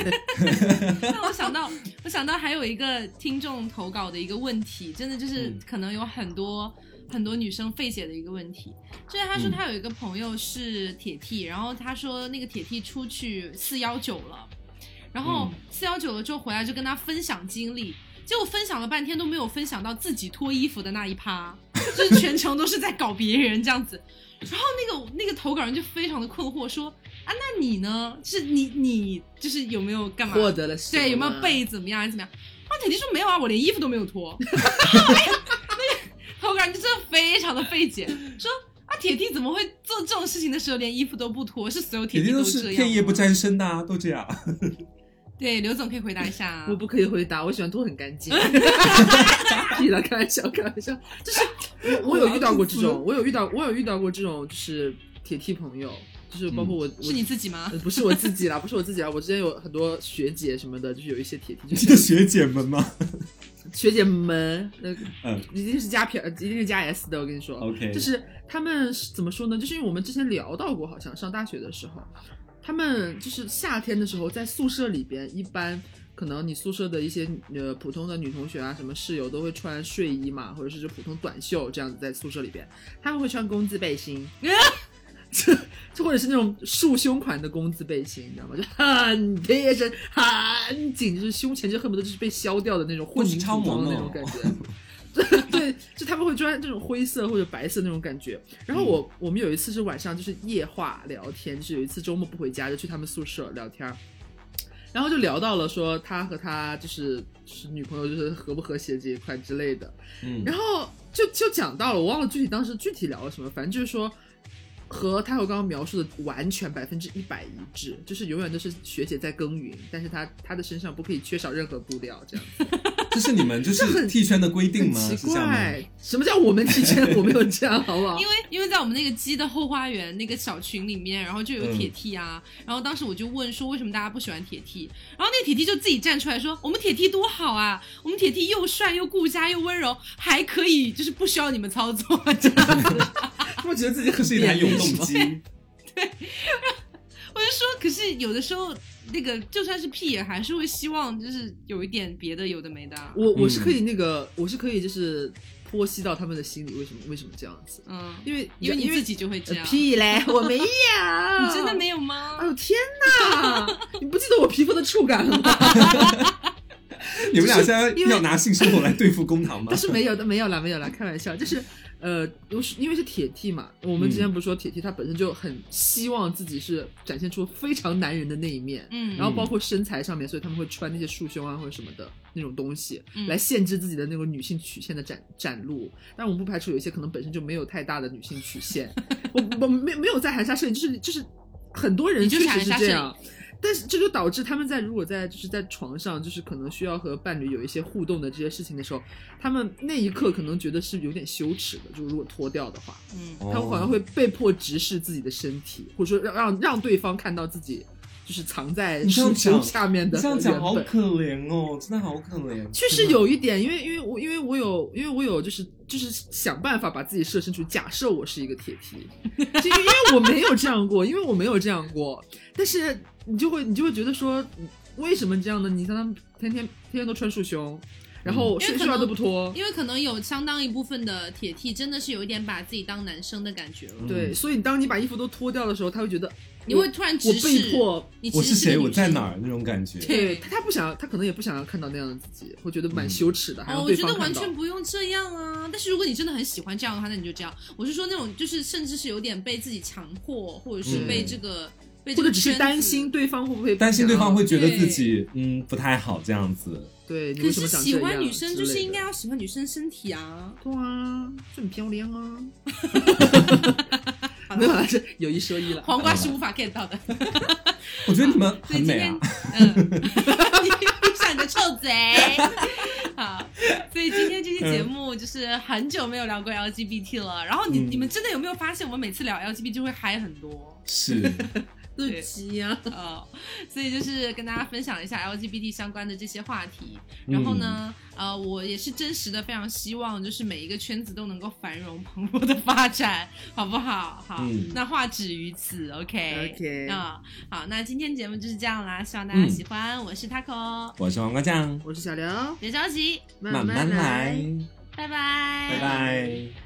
让我想到，我想到还有一个听众投稿的一个问题，真的就是
嗯
可能有很多。很多女生费解的一个问题，就是她说
嗯
她有一个朋友是铁 T，、然后她说那个铁 T 出去四幺九了，然后
嗯
四幺九了之后回来就跟她分享经历，结果分享了半天都没有分享到自己脱衣服的那一趴，就是全程都是在搞别人这样子。然后那个那个投稿人就非常的困惑说啊，那你呢？就是你你就是有没有干嘛？
获
<laughs>
得了什么
对，有没有被怎么样还是怎么样？然后铁弟说没有啊，我连衣服都没有脱。 <laughs> 然后哎呀那个投稿人就真的非常的费解，说啊，铁弟怎么会做这种事情的时候连衣服都不脱？是所有
铁
弟
定都
这
是
样
片叶
吗
<laughs> 不沾身的、啊，都这样。
对，刘总可以回答一下啊
我。不可以回答，我喜欢拖很
<laughs>
干净。 <laughs> 屁了，开玩笑，开玩笑。就是我我有遇到过这种，我有遇到，我有遇到过这种，就是铁梯朋友，就是包括我，我
是
嗯
你自己吗？
呃不是我自己啦，不是我自己啦，我之前有很多学姐什么的，就是有一些铁梯，就
这个
是
学姐们吗？
学姐们，呃，
嗯
<laughs> 一定是加撇，呃一定是加 s 的，我跟你说
，OK，
就是他们是怎么说呢？就是因为我们之前聊到过，好像上大学的时候，他们就是夏天的时候在宿舍里边，一般可能你宿舍的一些呃普通的女同学啊，什么室友都会穿睡衣嘛，或者是就普通短袖这样子在宿舍里边，他们会穿工字背心。 <laughs> 就就或者是那种束胸款的工字背心，你知道吗？就很贴身、很紧，就是胸前就恨不得就是被削掉的那种混
不
凝
是
土
超哦模
装的那
吗
种感觉。 <laughs> 对，就他们会穿这种灰色或者白色那种感觉。然后我、我们有一次是晚上就是夜话聊天，就是有一次周末不回家就去他们宿舍聊天儿，然后就聊到了说他和他就是就是女朋友就是和不和谐这一块之类的。
嗯
然后就就讲到了，我忘了具体当时具体聊了什么，反正就是说。和太后刚刚描述的完全百分之一百一致，就是永远都是学姐在耕耘，但是她她的身上不可以缺少任何布料，这样
这是你们就
这
是
很
T 圈的规定吗？
很奇
是这样吗
怪，什么叫我们之间我没有这样，好不好
<laughs> 因？为因为在我们那个鸡的后花园那个小群里面，然后就有铁梯啊，然后当时我就问说为什么大家不喜欢铁梯，然后那个铁梯就自己站出来说我们铁梯多好啊，我们铁梯又帅又顾家又温柔，还可以就是不需要你们操作 <laughs> 这样子。
他们觉得自己
这是一台永动 <laughs> 机，
我就说，可是有的时候那个就算是屁，也还是会希望就是有一点别的有的没的啊。
我
嗯
我是可以那个，我是可以就是剖析到他们的心理，为什么为什么这样子？
嗯，
因为
因为你
因为
自己就会这
呃
样。
屁嘞，我没
<laughs>
有，
你
你
真的？没有吗
哎？呦天哪！ <laughs> 你不记得我皮肤的触感了吗？ <laughs>
你们俩现在
因为
要拿性生活来对付公堂吗 <laughs>
但？是没有的，没有啦，没有啦，开玩笑，就是。呃，我是因为是铁 T 嘛，我们
嗯
之前不是说铁 T 他本身就很希望自己是展现出非常男人的那一面，
嗯，
然后包括身材上面，所以他们会穿那些束胸啊或者什么的那种东西，
嗯
来限制自己的那种女性曲线的展展露。但我们不排除有一些可能本身就没有太大的女性
<laughs>
曲线。我我没没有在含沙射影，就是就是很多人
你就
确
是
实
含沙
是
射
这样。但是这就导致他们在如果在就是在床上，就是可能需要和伴侣有一些互动的这些事情的时候，他们那一刻可能觉得是有点羞耻的。就如果脱掉的话，
嗯
哦
他们好像会被迫直视自己的身体，或者说让让让对方看到自己就是藏在
你这样
束
讲
胸下面的
这样讲
原
好
本。
可怜哦，真的好可怜。
确实有一点，因为因为我因为我有因为我有就是就是想办法把自己设身处地，假设我是一个铁
<laughs>
蹄，就因为因为我没有这样过，因为我没有这样过，但是你就会你就会觉得说，为什么这样呢？你像他们天天天天都穿束胸，然
嗯
后
因为
睡
可
睡袜
能
都不脱，
嗯因为可能有相当一部分的铁 T 真的是有一点把自己当男生的感觉
嗯
了，
对，所以当你把衣服都脱掉的时候，他会觉得
你会突然
我
直视
被迫
你其
我
实
是
个
谁？
女
我在
生啊
哪？儿？那种感觉。
对
对他，他不想，他可能也不想要看到那样的自己，会觉得
嗯
蛮羞耻的，
哦，
还让
我
对
觉
方
得
看到。
完全不用这样啊！但是如果你真的很喜欢这样的话，那你就这样。我是说那种，就是甚至是有点被自己强迫，或者是
嗯
被这个、被这
嗯或
个
者只
圈子
是担心。对方会不会
担心对方
会
会觉得自己嗯不太好这样子，
对你
可
为
是
什么长
喜
这
欢
样
女生
之
就是
类
应
的
该要喜欢女生身体啊！
对啊，就很漂亮啊。
<laughs> 好
<laughs> 没有
了，
啦，这有一说一了。
<laughs> 黄瓜是无法 get 到的。 <laughs>
我觉得你们
所
很
以今
美
天 <laughs>
啊。，
嗯，你 <laughs> 闭上你的臭嘴。好，所以今天这期节目就是很久没有聊过 LGBT 了。然后你、
嗯
你们真的有没有发现，我们每次聊 LGBT 就会嗨很多？
<laughs> 是，
对鸡啊，
呃，所以就是跟大家分享一下 LGBT 相关的这些话题。然后呢，呃，我也是真实的非常希望，就是每一个圈子都能够繁荣蓬勃的发展，好不好？好，
嗯
那话止于此，OK。
OK
啊、好，那今天节目就是这样啦，希望大家喜欢。我是 Taco，
嗯我是黄瓜酱，
我是小刘，
别着急，
慢慢
来
来，
拜拜，
拜拜。